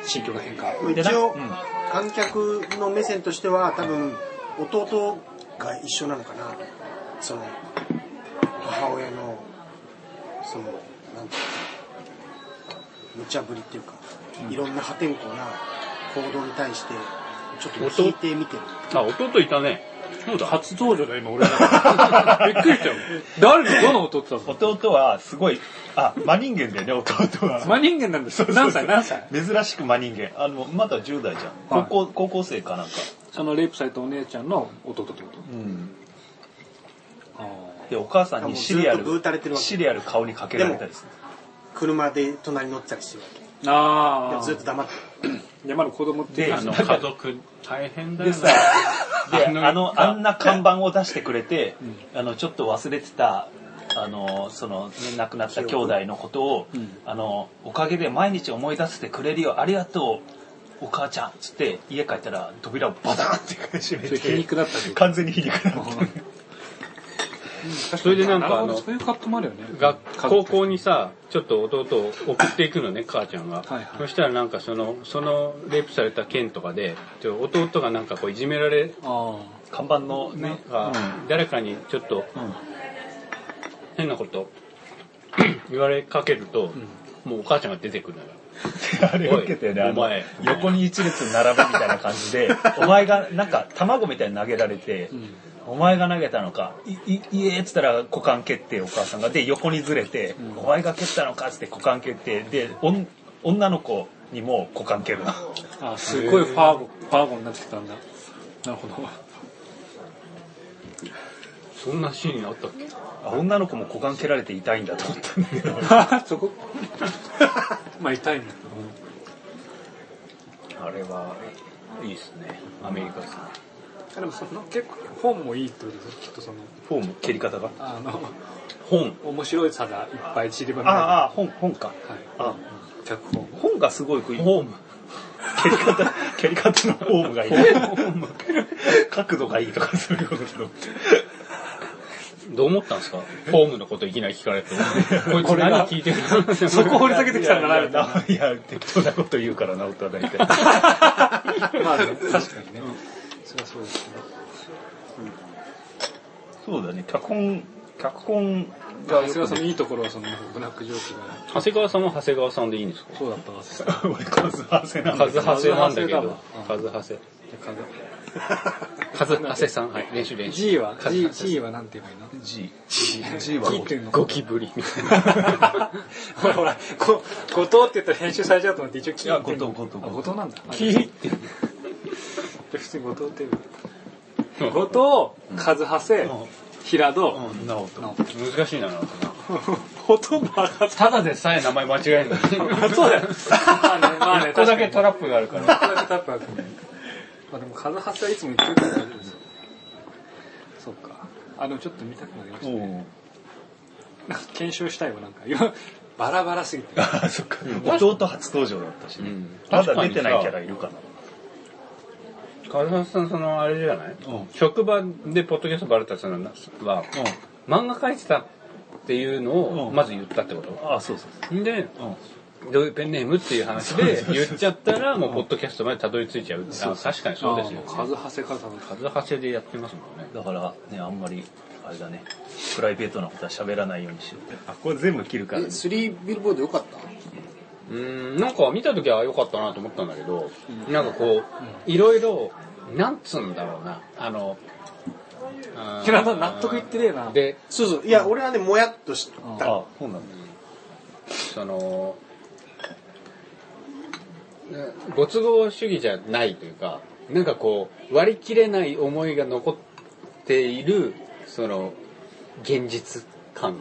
D: じで、心境が変化。
C: まあ
A: で
C: 一応、
A: うん
C: 観客の目線としては、多分、弟が一緒なのかな。その、母親の、その、なんていうの無茶ぶりっていうか、いろんな破天荒な行動に対してちょっと聞いてみてる
B: あ、弟いたね。 そうだ。
D: 初登場だよ、今俺 ら。びっくりしたよ。誰のどの弟だぞ。
A: 弟はすごい、あ、真人間だよね、弟は。
D: 真人間なんですよ。何歳何歳
A: 珍しく真人間。あの、まだ10代じゃん。高校、高校生かなんか。
D: そのレイプされたお姉ちゃんの弟ってこと
A: うん。
D: あ
A: で、お母さんにシリア
C: もうずっとブー垂れてる
A: ル、
C: わけ
A: シリアル顔にかけられたりする。
C: 車で隣に乗ってたりしてるわけ
D: ーあ
C: でもずっ
D: ー。
C: と黙ってる
D: いや、まだ子供って
A: で
B: あ
A: な
B: の、
A: んか
B: 家族、大変だよ
A: で
B: ね
A: さ、で、あ
B: あの
A: の、あんな看板を出してくれて、あの、ちょっと忘れてた、あの、その、ね亡くなった兄弟のことを、あの、おかげで毎日思い出せてくれるよ、ありがとう、お母ちゃん、つって、家帰ったら扉をバタンって閉め
D: それ皮
A: て、
D: 肉だったけど。
A: 完全に皮肉だった。
B: それでなんかあ
D: るほ
B: の
D: ど、そういうカットもあるよね。
B: が
D: 家
B: 高
D: 族
B: 校にさちょっと弟を送っていく のね母ちゃんが、
D: はいはい
B: そしたらなんかそのそのレイプされた件とかでちょ弟がなんかこういじめられ
D: あ
A: 看板のね、
B: なんか誰かにちょっと
A: うん
B: 変なこと 言われかけると、もうお母ちゃんが出てくるのよ
A: あれ受けてね、あ
B: お
A: の
B: 前、
A: 横に一列並ぶみたいな感じ で、お前が、なんか、卵みたいに投げられて、お前が投げたのか、い、い、いえっつったら股間蹴って、お母さんが。で、横にずれて、お前が蹴ったのかっつって股間蹴って、で、おん女の子にも股間蹴るの。
D: あ。ああ、すごいファーゴ、ファーゴになってきたんだ。なるほど。
B: そんなシーンあったっけ
A: あ女の子も股間蹴られて痛いんだと思ったんだけど。
D: そこ まあ痛いんだけど。
A: あれは、
B: いいっすねアメリカさ
D: あでもその結構本もいいってことですよきっとその
A: フォーム、蹴り方が。
D: あの
B: 本
D: 面白いさがいっぱい散りばめ
A: あ
D: られて
A: あ、ああ、本、本か。
D: は
A: あ
D: い、脚本
A: 本がすごい食い、
B: ホーム
A: 蹴り 方、蹴り方のフォームがいい。角度がいいとかそういうことだと思って。
B: どう思ったんですかホームのこといきなり聞かれて こいつ何聞いてるの
D: そこ掘り下げてきたんだなみたい
A: いや、いや適当なこと言うからな、お互いって。
D: なまあ、ね、確かにね、それはそうですね
A: そうだね、脚本、脚本
D: 長
A: が
D: 谷
A: よく
D: 川さん
A: ね、
D: のいいところはそのブラックジョークが
B: 長谷川さんも長谷川さんでいいんですか
D: そうだった わです
A: 俺、数はせなんだけ
B: カズ
A: ど。
B: ハセなんだけ
D: カズ
B: ど
D: ハ。
B: カズハセ。カズハセさん。はい。練習練習。
D: G は
B: カズ
D: G,
B: ハセ
D: G はなんて言えばいいの
A: G。G は
D: 聞いてんの
B: ゴキブリみたいな。
D: ほらほらこ後藤って言ったら編集されちゃうと思って一応聞いてんの
A: いや後藤後藤
D: あ後藤なんだ
B: キーって。
D: あ普通に後藤って言う後藤和長谷平戸、
A: うん、なおと。
B: 難しいな、なんかな
D: ほとんど上がった
B: だでさえ名前間違えるのに。
D: あそうだよ。まあね、まあね、
B: 一個だけ
D: 確
B: トラップがあるから。
D: かに。ここだけタップあるね。まあでも、風橋はいつも言ってるから大丈夫ですよ。そうか。あ、でもちょっと見たくなりましたね。
A: おう
D: なんか検証したいわ、なんか。 今バラバラすぎて。
A: あ、そっか。弟初登場だったし
B: う
A: ね
B: ん。
A: まだ出てないキャラいるかな。
B: カズハセさん、その、あれじゃない
A: うん
B: 職場でポッドキャストバレた人は、漫画描いてたっていうのを、
A: うん
B: まず言ったってこと
A: あ、そうそうそ
B: んで、
A: う。うん。
B: どういうペンネームっていう話で言っちゃったら、もうポッドキャストまでたどり着いちゃうって。あ確かにそうですよね。
D: あもう風橋から多分
B: カズハセでやってますもんね。
A: だからね、あんまり、あれだね、プライベートなことは喋らないようにしよう。あ、これ全部切るからね。
C: スリービルボードよかった
B: うーんなんか見た時は良かったなと思ったんだけど、なんかこう、いろいろ、なんつうんだろうな、あの、あー
D: 平戸納得いってねえな。
B: で、
C: そうそういや俺はねもやっとした
A: あ、そうなんだ。
B: その、ご都合主義じゃないというか、なんかこう、割り切れない思いが残っている、その、現実感。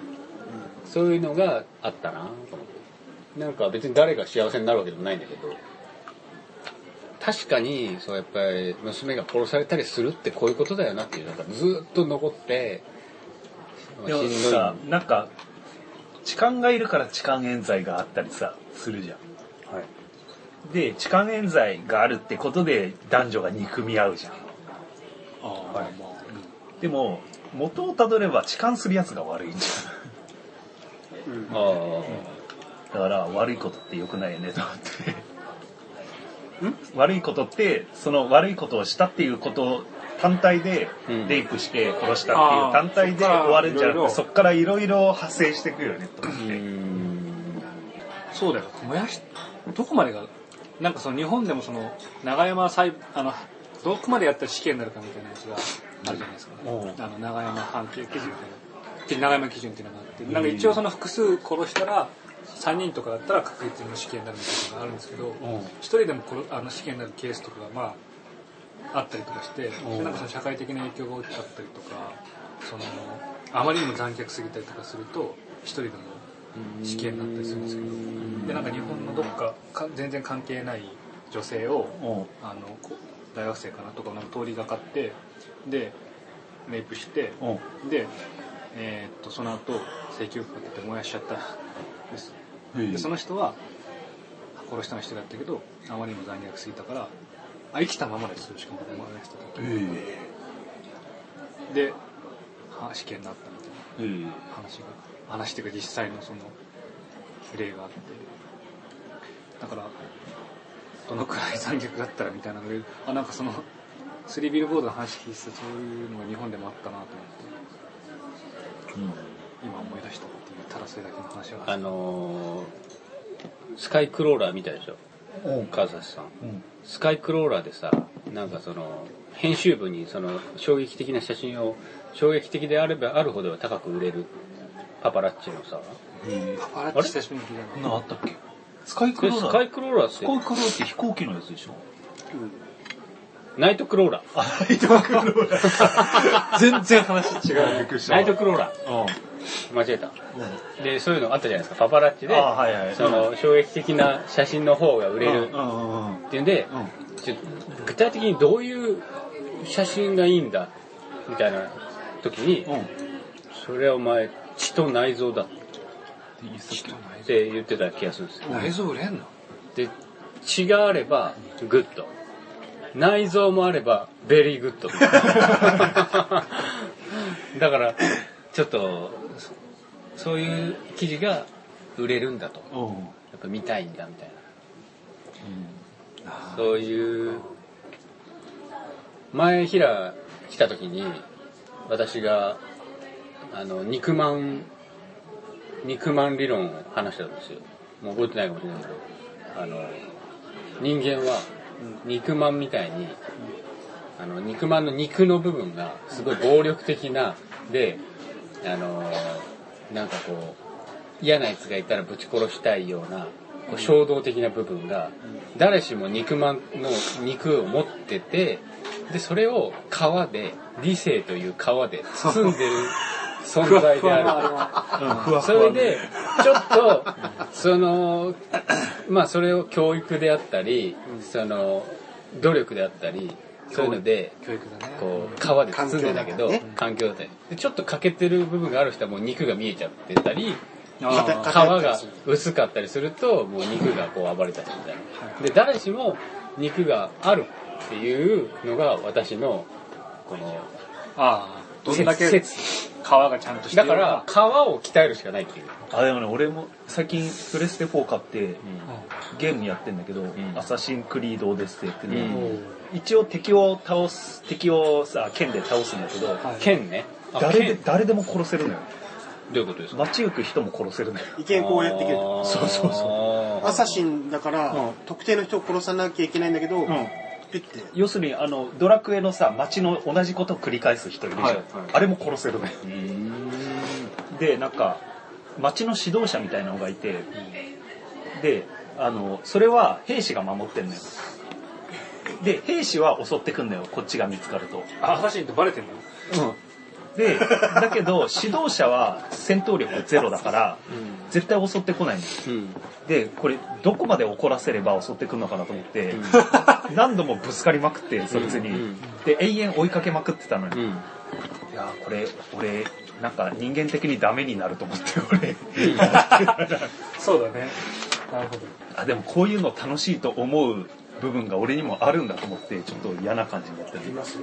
B: そういうのがあったなと思って。なんか別に誰が幸せになるわけでもないんだけど、確かに、そうやっぱり娘が殺されたりするってこういうことだよなっていう、なんかずっと残って、
A: でも
B: しんどい
A: さ、なんか、痴漢がいるから痴漢冤罪があったりさ、するじゃん。で、痴漢冤罪があるってことで男女が憎み合うじゃん。
D: ああ、まあまあ。
A: でも、元をたどれば痴漢する奴が悪いんじ
B: あ
A: ゃ
B: ー
A: ん。 だから、悪いことって良くないよね、と思って。悪いことって、その悪いことをしたっていうこと単体で
B: う、ん
A: レイプして殺したってい
D: あ
A: う
D: ー
A: 単体で終わるんじゃなくて、
D: そ
A: そ
D: っ
A: っからいろいろ派生していくよね、と思って。
B: うーん
D: そうだよもやしどこまでがなんかその日本でもその永山裁あのどこまでやったら死刑になるかみたいなやつがあるじゃないですか、
A: おう
D: あの永山判決基準みたいな永山基準っていうのがあってなんか一応その複数殺したら3人とかだったら確実に死刑になるみたいなのがあるんですけど1人でも殺あの死刑になるケースとかがまああったりとかして
A: おう
D: なんかその社会的な影響が大きかったりとかそのあまりにも残虐すぎたりとかすると1人でも死刑になったりするんですけどでなんか日本のどっかか全然関係ない女性を
A: お
D: あのこ大学生かなとかなんか通りがかってでレイプして
A: おお
D: で、えーっとその後請求かけて燃やしちゃったんですでその人は殺したの人だったけどあまりにも残虐すぎたからあ生きたままでするしかも燃やしたと
A: え
D: では死刑になったみたいな
A: ええ
D: 話が話っていうか実際のその例があってだからどのくらい残虐だったらみたいなのであなんかそのスリービルボードの話聞いててそういうのが日本でもあったなと思って今思い出したっていうただそれだけの話は
B: あのースカイクローラーみたいでしょ
A: うん
B: 川崎さん
A: うん
B: スカイクローラーでさなんかその編集部にその衝撃的な写真を衝撃的であればあるほど高く売れるパパラッチのさ
A: え
D: パパラッチ久しぶりに聞いた
A: え
D: な
A: なあったっけスカイク
B: で
A: ロー
B: ス
A: ラ
B: カ
A: ー
B: イクローラーっ
A: スカイ
B: て
A: クローラーって飛行機のやつでしょ
B: ナイトクローラー
A: あ、イトクローラー。全然話違う。びっくりした
B: ナイトクローラ
A: うん
B: ー間違えたでそういうのあったじゃないですかパパラッチで
A: あはいはい
B: その衝撃的な写真の方が売れる
A: うんうんうんうん。
B: っていうんで
A: うん
B: ちょ具体的にどういう写真がいいんだみたいな時に
A: うん。
B: それはお前血と内臓だっ
D: ちょっと内臓
B: て言ってた気がするんですよ
D: 内臓売れんの
B: で血があればグッド内臓もあればベリーグッド だからちょっとそそういう記事が売れるんだと
A: うんうん
B: やっぱ見たいんだみたいな、そういう前ヒラ来た時に私があの肉まん肉まん理論を話したんですよもう覚えてないかもしれないけどあの人間は肉まんみたいにあの肉まんの肉の部分がすごい暴力的なであのなんかこう嫌な奴がいたらぶち殺したいようなこう衝動的な部分が誰しも肉まんの肉を持っててでそれを皮で理性という皮で包ん でる存在である。
A: ふわふ
B: そ
A: わ
B: れ。で、ちょっと、その、まあそれを教育であったり、その、努力であったり、そういうので、
D: 教育だね
B: こう、皮で包んでんだけど
C: 環境だから、
B: 環境だったり。でちょっと欠けてる部分がある人はもう肉が見えちゃってたり、
C: あー
B: 皮が薄かったりすると、もう肉がこう暴れたりみたいな。で、誰しも肉があるっていうのが私の、この、
D: ああどんだけ
B: 説
D: 皮がちゃんとして
B: だ
D: る
B: か
D: の
B: ら、皮を鍛えるしかないっていう。
A: あ、でもね、俺も最近プレステ4買ってゲームやってんだけど、
B: ん
A: アサシンクリードオデッセイって
B: うん
A: ね、一応敵を倒す、敵をさ、剣で倒すんだけど、
D: はい
B: 剣ね。あ
A: 誰で
B: 剣
A: 誰でも殺せるのよ。
B: どういうことですか
A: 街行く人も殺せるのよ。
C: 意見こうやっていける
B: あー
A: そうそう
B: あー
C: アサシンだから、
A: うん
C: 特定の人を殺さなきゃいけないんだけど、
A: ん
C: ピッて
A: 要するにあのドラクエのさ街の同じことを繰り返す人いるじゃん、
B: はいはい
A: あれも殺せるね
B: うーん
A: でなんか街の指導者みたいなのがいてであのそれは兵士が守ってんのよで兵士は襲ってくんだよこっちが見つかると、
D: あアサシンってバレてんの
A: でだけ ど指導者は戦闘力ゼロだから絶対襲ってこないんです
B: うん
A: でこれどこまで怒らせれば襲ってくるのかなと思って、 何度もぶつかりまくってそいつに、
B: うんうん
A: で永遠追いかけまくってたのに、
B: うん
A: いやーこれ俺なんか人間的にダメになると思って俺
D: そうだねなるほど
A: あでもこういうの楽しいと思う部分が俺にもあるんだと思ってちょっと嫌な感じになって
C: い
A: る
C: ます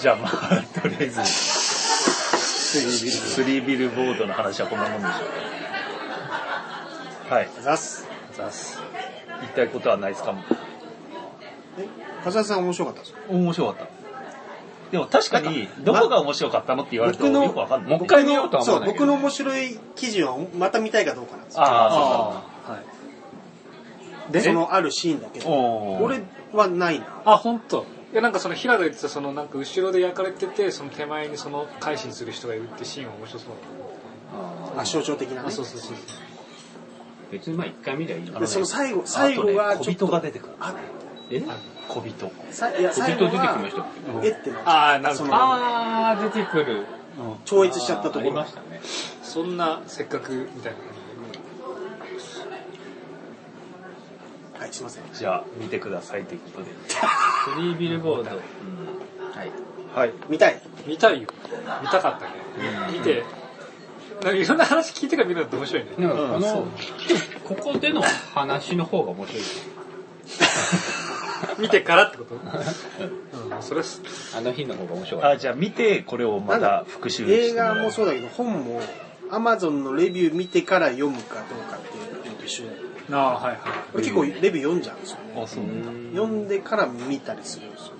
A: じゃあまあとりあえずスリービルボードの話はこんなもんでしょうかはい
C: ざっす
A: ざっす言いたいことはないですか
C: え風間さん面白かったですか
A: 面白かったでも確かにどこが面白かったのって言われると
C: 僕の
A: よくわかんない
B: もう一回見ようとは思
C: そ
B: わ
C: う
B: ないけ
C: 僕
B: ど
C: の面白い記事はまた見たいかどうかなんですよ
A: ああ
D: はい
C: でそのあるシーンだけど
A: おー
C: 俺はないな
D: あ本当。いやなんかその平が言ってたそのなんか後ろで焼かれててその手前にその改心する人がいるってシーンは面白そうだ
C: あ象徴的な
D: なあ
C: ね
D: そうそうそうそう
B: 別にまあ一回見りゃいい
A: あ
B: よ
A: の
C: で
A: ね
C: その最後最後
A: あ
C: が
A: とね小
C: ちょっと
A: 人が出てくる
C: あ
B: え
A: 小人
C: さいや
B: 小
C: 最
B: 人
C: 後
B: 出てきました
C: は
B: っけ
C: えってなっちゃう
D: ああなるほど
B: あ
D: あ
B: ー出てくる
C: 超越しちゃったと
B: あ
C: こ
B: り
C: ろ
B: ましたね
D: ーそんなせっかくみたいな感じで
C: はいすいません
A: じゃあ見てくださいということで
B: フリービルボード、はい
A: はい
C: 見たい
D: 見たいよ見たかったね見てなんかいろんな話聞いてから見るのって面白いね
B: なんかこ
A: うんそう
B: の、 ここでの話の方が面白いです
D: 見てからって ことうんそれす
B: あの日の方が面白かっ
A: あじゃあ見てこれをまた復習して
C: 映画もそう
A: う
C: だけど本も Amazon のレビュー見てから読むかどうかっていうのと一緒で
D: ああはいはい
C: 俺結構レビュー読んじゃうんですよね
A: あそうなんだ
C: 読んでから見たりするんですよ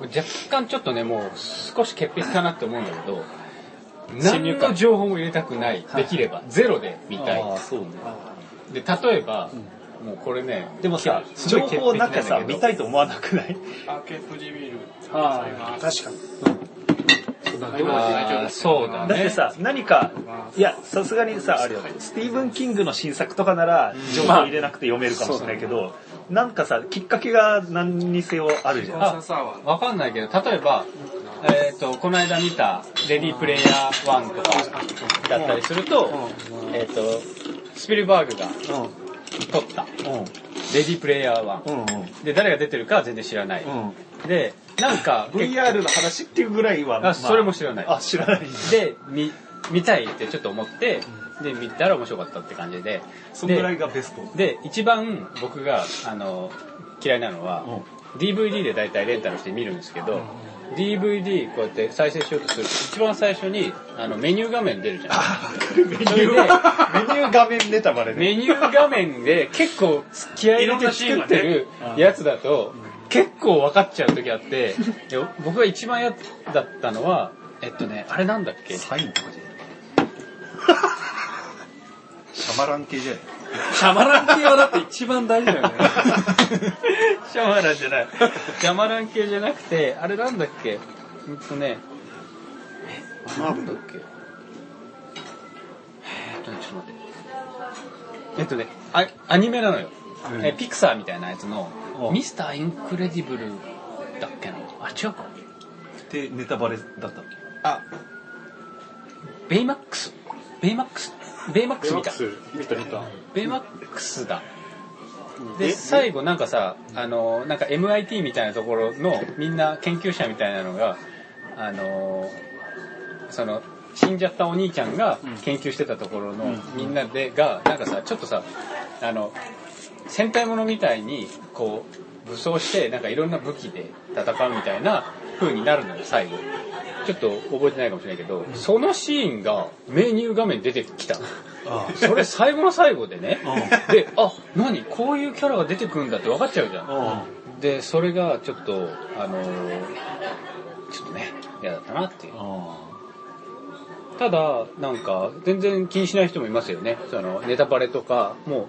A: う
B: た。若干ちょっとね、もう少し潔癖かなって思うんだけど、
D: 先入
B: 何
D: 観
B: の情報も入れたくない。できれば、ゼロで見
A: ん
B: たい。
A: ああそうね
B: で、例えば、もうこれね、
A: でもさ
B: す
A: 情
B: ごい潔
A: 報
B: 癖
A: なんかさ
B: んだけど
A: 見たいと思わなくない
D: は
C: 確かに
B: あーそうだ
A: だって
B: ね。
A: さ、何か、いや、さすがにさ、あれよ、スティーブン・キングの新作とかなら、情報入れなくて読めるかもしれないけど、なんかさ、きっかけが何にせよあるじゃん。
B: あ、わかんないけど、例えば、えっ、と、この間見た、レディープレイヤー1とかだったりすると、えっ、と、スピルバーグが撮った、レディープレイヤー1。
A: うん、うん、
B: で、誰が出てるかは全然知らない。
A: うん、うん。
B: で、な んか、
A: VR の話っていうぐらいは、
B: あそれも知らない
A: あ、知らない。
B: で、見、見たいってちょっと思って、で、見たら面白かったって感じで。
A: そんぐらいがベスト。
B: で、一番僕が、あの、嫌いなのは、DVD で大体レンタルして見るんですけど、DVD こうやって再生しようとすると、一番最初に、あの、メニュー画面出るじゃない
A: メニュー、メニュー画面ネタバ レね。
B: メニュー画面で結構気合い入れて作ってるやつだと結構分かっちゃう時あ って、で僕が一番やだったのは、えっとね、あれなんだっけ
A: サインとかじゃないシャマラン系じゃない
D: シャマラン系はだって一番大事だよね
B: シャマランじゃない。シャマラン系じゃなくて、あれなんだっけうんとね、え、
C: マ
B: な
C: ーベ
B: ん
C: ル
B: だっけえーっとね、ちょっと待って。えっとね、あアニメなのよ。えピクサーみたいなやつの、
A: お
B: ミスターインクレディブルだっけなあ、違うか。
A: ってネタバレだったっけ
B: あ、ベイマックス。ベイマックス。ベイマックス見た。
D: 見た見た
B: ベイマックスだ。で、最後なんかさ、あの、なんか MIT みたいなところのみんな研究者みたいなのが、あの、その、死んじゃったお兄ちゃんが研究してたところのみんなで、が、なんかさ、ちょっとさ、あの、戦隊ものみたいに、こう、武装して、なんかいろんな武器で戦うみたいな風になるのよ、最後。ちょっと覚えてないかもしれないけど、そのシーンがメニュー画面に出てきた。
A: あ
B: それ最後の最後でね
A: う。
B: で、あ、何こういうキャラが出てくるんだって分かっちゃうじゃん。
A: あ。
B: で、それがちょっと、あのーちょっとね、嫌だったなっていう。ただ、なんか、全然気にしない人もいますよね。その、ネタバレとか、も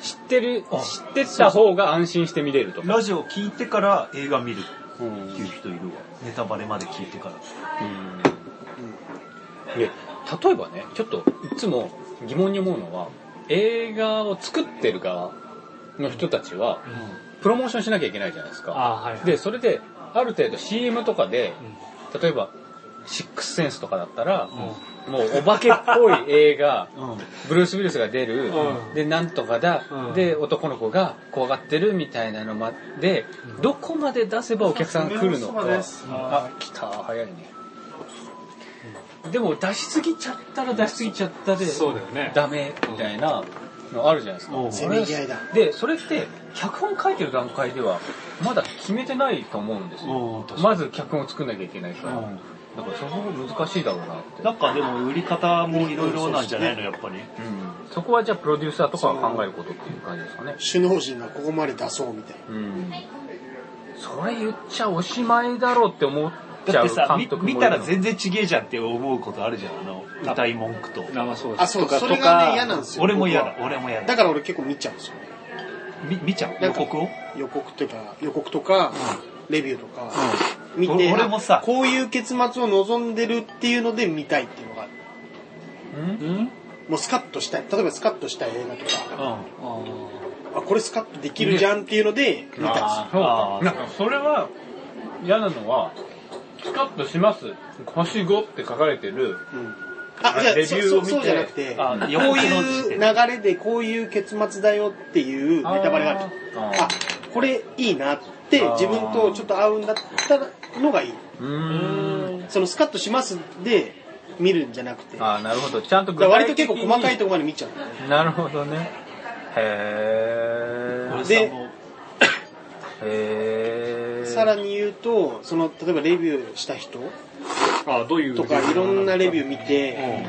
B: う、知ってる、
A: あ
B: 知ってた方が安心して見れるとか。
A: ラジオ聞いてから映画見る
B: うん
A: っていう人いるわ。ネタバレまで聞いてから。
B: うんで例えばねちょっといつも疑問に思うのは映画を作ってる側の人たちはプロモーションしなきゃいけないじゃないです
D: あ
B: か
D: あはい
B: でそれである程度 CM とかで
D: うん
B: 例えば「シックスセンス」とかだったら、もうお化けっぽい映画
A: うん。
B: ブルース・ウィルスが出る、
D: うん
B: で、なんとかだ、
D: うん
B: で、男の子が怖がってるみたいなのまで、どこまで出せばお客さん来るのか。
F: そうです
B: あ、来た、早いね。でも出しすぎちゃったら出しすぎちゃったで、
D: そうだよね
B: ダメみたいなのあるじゃないですか。
A: うん
C: せめぎ合いだ
B: で、それって、脚本書いてる段階では、まだ決めてないと思うんです
A: うん
B: よ
A: 確か。
B: まず脚本を作んなきゃいけないから。
A: うん
B: だからそこが難しいだろうなって。
A: なんかでも売り方もいろいろなんじゃないの、やっぱり。
B: うんそこはじゃあプロデューサーとかが考えることっていう感じですかね。
C: 首脳陣がここまで出そうみたいな
B: うん。それ言っちゃおしまいだろうって思っ
A: だって
B: じゃあ
A: さ、み
B: 監督も
A: 見たら全然ちげえじゃんって思うことあるじゃん、あの、歌い文句と。
D: 生そうです
C: あ、そう、
A: とか
C: それ
A: と
C: が
A: か
C: ね、嫌なんですよ。
A: 俺も嫌だ
C: 僕、は
A: 俺も嫌だ。
C: だから俺結構見ちゃうんですよね。
A: み見ちゃう
C: な
A: 予
C: んか
A: 告を
C: 予告というか、予告とか、レビューとか、見て、
A: 俺俺もさ
C: こういう結末を望んでるっていうので見たいっていうのがある。
A: うん
C: もうスカッとしたい。例えばスカッとしたい映画とか、
A: あ
C: あ、これスカッとできるじゃんっていうので見たんです
B: そ
C: よ。
B: う
A: あー
B: なんかそれは嫌なのはスカッとします星5って書かれてる
C: うんあ、じ
B: レ
C: ゃあ、
B: ビュ
C: そ
B: ーを
C: そう
B: 見て
C: そうじゃなくて、こ
A: あ
C: う
A: 横の時
C: いう
A: 点
C: 流れでこういう結末だよっていうネタバレがあると。
B: あー
C: あ、これいいなって
B: あー
C: 自分とちょっと合うんだったらのがいい。
B: うーん
C: そのスカッとしますで見るんじゃなくて。だか
B: ああなるほどちゃんと具
C: ら割
B: 体
C: と
B: 的
C: 結
B: に
C: 構細かいところまで見ちゃう。
B: なるほどねへ
A: 俺
B: ー
A: さ
C: で
A: もう
B: へー
C: さらに言うと、その、例えばレビューした人
D: あどういう
C: とかいろんなレビュー見て、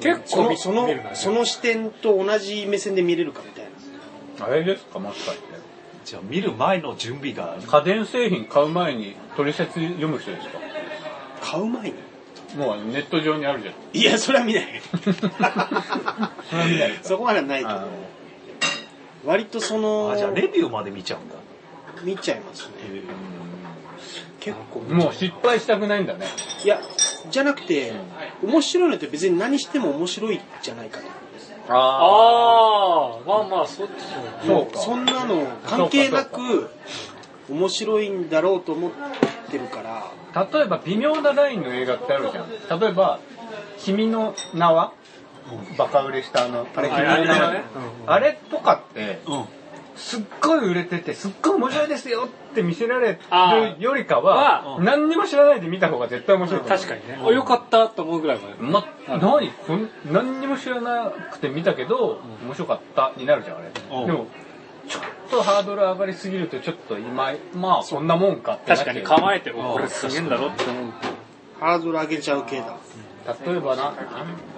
D: 結
C: そ
D: 構
C: の、
D: 見
C: そ
D: 見るから
C: の、
D: ね
C: その視点と同じ目線で見れるかみたいな。
B: あれですかもしかして
A: じゃあ見る前の準備が
B: 家電製品買う前に取説読む人ですか
C: 買う前に。
B: もうネット上にあるじゃん
C: いや、それは見ない。
B: それは見ないですか
C: そこまではないけど。割とその
A: あ、じゃあレビューまで見ちゃうんだ。
C: 見ちゃいますね。結構見ちゃ
B: もう失敗したくないんだね
C: いや、じゃなくて、面白いのって別に何しても面白いじゃないかと。
B: あ
D: ああまあまあそっち
B: そ
D: も
B: うか
C: そんなの関係なく、面白いんだろうと思ってるから、
B: あ例えば微妙なラインの映画ってあるじゃん例えば「君の名は?」バカ売れしたあのあれ君の名はねあれとかって
A: うん。
B: すっごい売れててすっごい面白いですよって見せられる
D: あ
B: よりかは
A: うん
B: 何にも知らないで見た方が絶対面白いと思う
D: 確かにねおよかったと思うぐらいまで
B: ま、何こん何にも知らなくて見たけど、面白かったになるじゃん、あれ。
A: うん
B: でも、ちょっとハードル上がりすぎると、ちょっと今、まあ、そんなもんかってなっ
D: 確
B: ちゃ
D: か
B: う
D: に構えてもこれすげえんだろって思う
C: ハードル上げちゃう系だ。
B: 例えばな、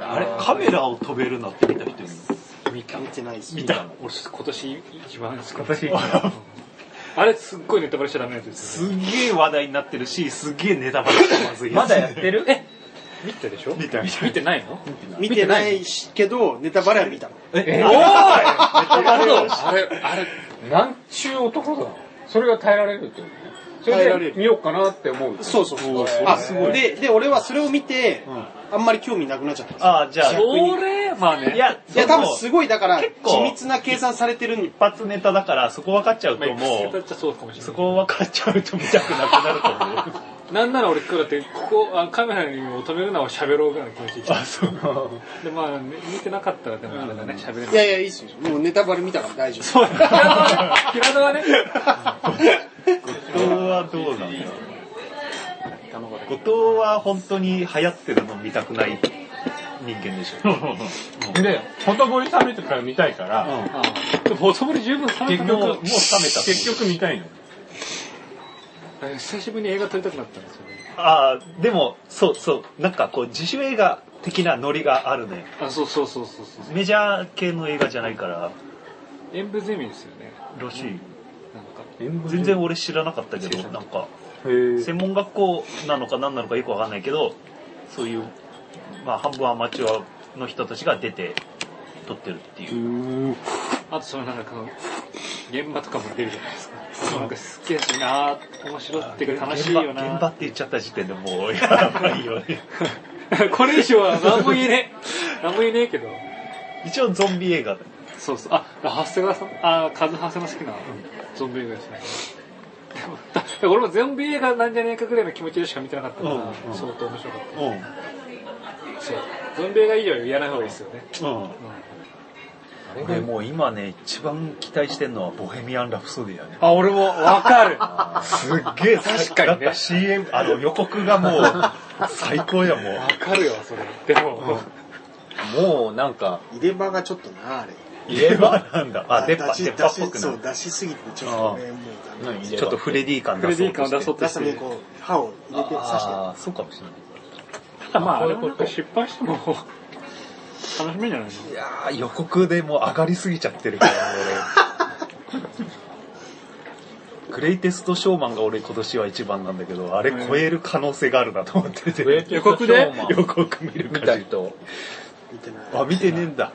A: あれ、カメラを飛べるなって見た人いる
D: 見た
C: 見てないです。
A: 見た。
D: 俺今年一番好き
B: 今年、
D: あれすっごいネタバレしちゃダメなやつですよ
A: すげえ話題になってるし、すげえネタバレしてま ずい
B: まだやってるえ
D: 見てでしょ
A: 見た見た
D: 見てないの
C: 見てないしけど、ネタバレは見たの。
A: え
B: おい
D: なるほどあれあれ
B: なんちゅう男だ。それが耐えられるってことね。そ
C: 耐えられ
B: れ
C: る
B: で見ようかなって思う。
C: そうそうそう。
B: れ
C: あ
B: すごい、
C: で、で、俺はそれを見て、あんまり興味なくなっちゃったんですよ。
A: あ、じゃあ、
D: それまあね
A: いや、
C: いや、多分すごい、だから、
A: 結構
C: 緻密な計算されてるん
A: 一発ネタだから、そこ分かっちゃう
D: まあ
A: と、も
D: だっ
A: う、
D: ちゃそうかもしれ
A: そ
D: な
A: こ分かっちゃうと見たくなくなると思う。
D: い。なんなら俺今日だって、ここ、あカメラにも止めるなを喋ろうぐらいの気持ちで来た
A: あ、そう。
D: で、まあ、ね見てなかったらでもあれだね、喋れない
C: い。やいや、いいっすよ。もうネタバレ見たから大丈夫。
D: 平戸は ね、
A: 後藤はどうなんだろう。後藤は本当に流行ってるの見たくない人間でしょ。
B: で、ほとぼり冷めてから見たいから、
D: ああでもほとぼり十分冷め
B: 結
D: た
B: 局、もう冷めた。
A: 結
B: 結局見たいの。
D: 久しぶりに映画撮りたくなったんですよね。
A: ああ、でも、そうそう、なんかこう、自主映画的なノリがあるね。
D: あ、そうそうそうそうそう。
A: メジャー系の映画じゃないから、
D: 演舞ゼミですよね。
A: らしい。
D: なんか。
A: 全然俺知らなかったけど、なんか、
B: へー
A: 専門学校なのか何なのかよくわかんないけど、そういう、まあ半分アマチュアの人たちが出て撮ってるっていう。
D: あとそのなんかこの、現場とかも出るじゃないですか。なんかすっげえしなー面白いっていうか楽しいよな
A: 現場現場って言っちゃった時点でもう、やばいよ ね。
D: これ以上は何も言えねえ。何も言えねえけど。
A: 一応ゾンビ映画だよ
D: そうそう。あ、長谷川さん、あ、カズハセの好きなゾンビ映画ですね。でもだ俺もゾンビ映画なんじゃねえかぐらいの気持ちでしか見てなかったから、
A: うんうん
D: 相当面白かっ
A: う
D: た。そう。ゾンビ映画以上は言わない方がいいですよね。
A: ん。うん。俺もう今ね、一番期待してんのはボヘミアン・ラプソディだね。
D: あ、俺もわかる。わ
A: すっげえ
D: 確かにね
A: なんか CM、あの予告が もう、最高やも
D: かるよ、それ。でも、
B: もうなんか、
C: 入れ歯がちょっとな、あれ。
A: う。入れ歯なんだ。あ、出っ
C: 出
A: 歯、
C: し
A: 出っ歯っぽ
C: 出
A: く
C: し
A: な
C: そ
A: る
C: う。出しすぎてちょっとねもうダメ
B: 何
A: ちょっとフレディ感
D: フ
A: 出
D: レ
A: そ
D: デ
A: う
D: ィ感を
A: と
D: 出
A: して
D: そうと
C: 出
D: し
C: すた
D: て
C: めに
D: る。
C: こう歯を入れて刺
A: あーそうかもしれない。
D: ただまあ、あ
B: こ
D: れ
B: れ
D: もなんか失敗しても、楽しめんじゃないの
A: いやー、予告でもう上がりすぎちゃってるから、グレイテストショーマンが俺今年は一番なんだけど、あれ超える可能性があるなと思ってて。
B: グレイテストショーマン
A: 予告見る
B: 見
A: 感
B: た
A: じ。
B: 人
C: 見てない。
A: あ、見てねえんだ。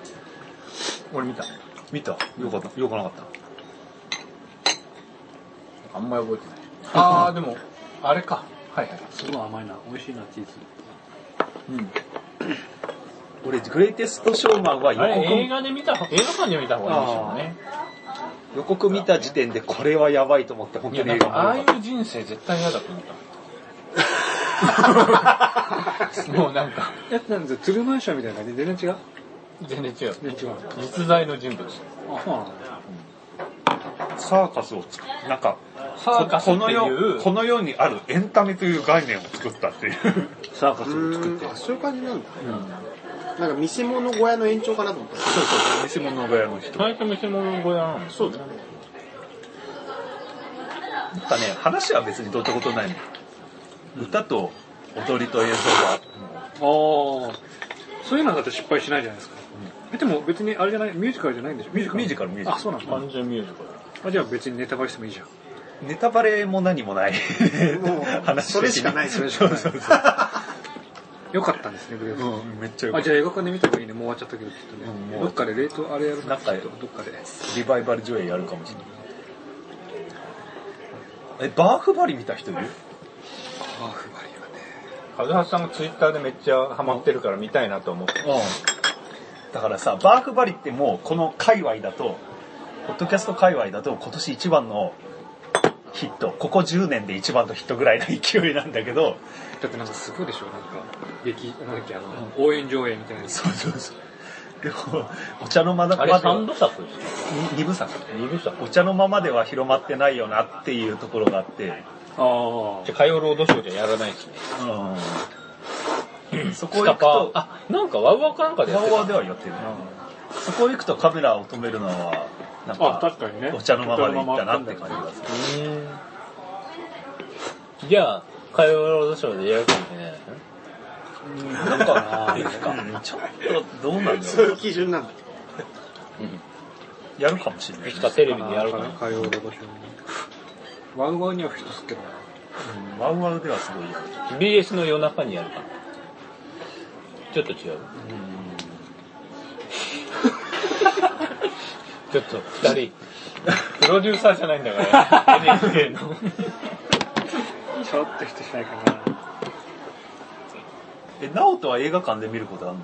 A: 俺見た。見た。よかった。よくなかった。
B: あんまり覚えてないああでもあれかはいはい
D: すごい甘いな美味しいなチーズ
B: うん
A: 俺、グレイテストショーマンは予
B: あれ映
A: 告、
B: 画で見た方映画館で見た方がいいでしょうね
A: 予告見た時点でこれはやばいと思って、本
B: い
A: 当
B: や
A: に
B: な
A: 映
B: んかあ
A: 画
B: あ
A: 見
B: い
A: なかっ
B: う人生絶対嫌だと思った もうなんか
D: えなんですよトゥルーマンショーみたいな感じ全然違う
B: 全然違う
D: 全然違う
B: 実在の人物
D: あそうなんだ
A: た。サーカスを作る。なんか、
B: サーカスって
A: この
B: い
A: 世、
B: う
A: この世にあるエンタメという概念を作ったっていう。サーカスを作って。
C: あ、そういう感じなんだ。なんか見せ物小屋の延長かなと思った。
A: そうそうそう、見せ物小屋の人。
B: 最初見せ物小屋なのそうだよ
A: なんかね、話は別にどうってことないの。歌と踊りと映像が、
D: ああそういうのだって失敗しないじゃないですかえでも別にあれじゃないミュージカルじゃないんでしょミュージカル
A: ミュージカルミュージカル
D: あそうなんだ
B: 完全ミュージカル
D: あじゃあ別にネタバレしてもいいじゃん
A: ネタバレも何もない。
C: もう
A: 話
C: それしかない
A: そ
C: そ
A: れ
C: れ
A: し
C: し
A: かな。そうそ
C: かないい
A: う
D: よかったんですねグレー
A: そ
D: プ
A: ううん、めっちゃよか
D: あ
A: った
D: じゃあ映画館で見た方がいいねもう終わっちゃったけどきっとね、
A: うんもう
D: どっかで冷凍あれやる
A: なんか
D: きっとどっかで
A: リバイバル上映やるかもしれない。え、バーフバリ見た人いる
D: ああ不張りはね
B: 和橋さんがツイッターでめっちゃハマってるから見たいなと思って
A: だからさ、バーフバリってもうこの界隈だと、ポッドキャスト界隈だと今年一番のヒット、ここ10年で一番のヒットぐらいの勢いなんだけど、
D: だってなんかすごいでしょなんか劇なんだっけあの、応援上映みたいな
A: そうそうそう。でも、お茶の間だ
B: あ
A: か
B: れ
A: ら、
B: 3部作ですよ
A: 二部作。
B: 2部作
A: お茶の間までは広まってないよなっていうところがあって、
D: あ
B: じゃあ火曜ロードショーじゃやらないですね
A: うん、そこ
B: ス
A: へ行
B: カ
A: く
B: パ
A: と、
B: ーあなんかワウワウかなんかでや
A: ワ
B: っ
A: ー
B: てた
A: ワーではやってる、そこ行くとカメラを止めるのは、なん
D: あ
A: か、
D: あ確かにね
A: お茶の間まで行ったなって感じがする。
B: じゃあ、火曜ロードショーでやるかもしれないですね。
A: なんか、うんちょっとどうなんだ
C: そう
A: ろ
C: いうう。基準なんだ。
A: やるかもしれないい。
B: つかテレビでやるか
D: か
B: も
D: な。火曜ロードショーワウワウには人すっけどな
A: うんワウワウではすごいやる。
B: BS の夜中にやるかも。ちょっと違う。ちょっと、二人、プロデューサーじゃないんだ から、NHK の。
D: ちょっと人しないかな
A: え、ナオとは映画館で見ることあるの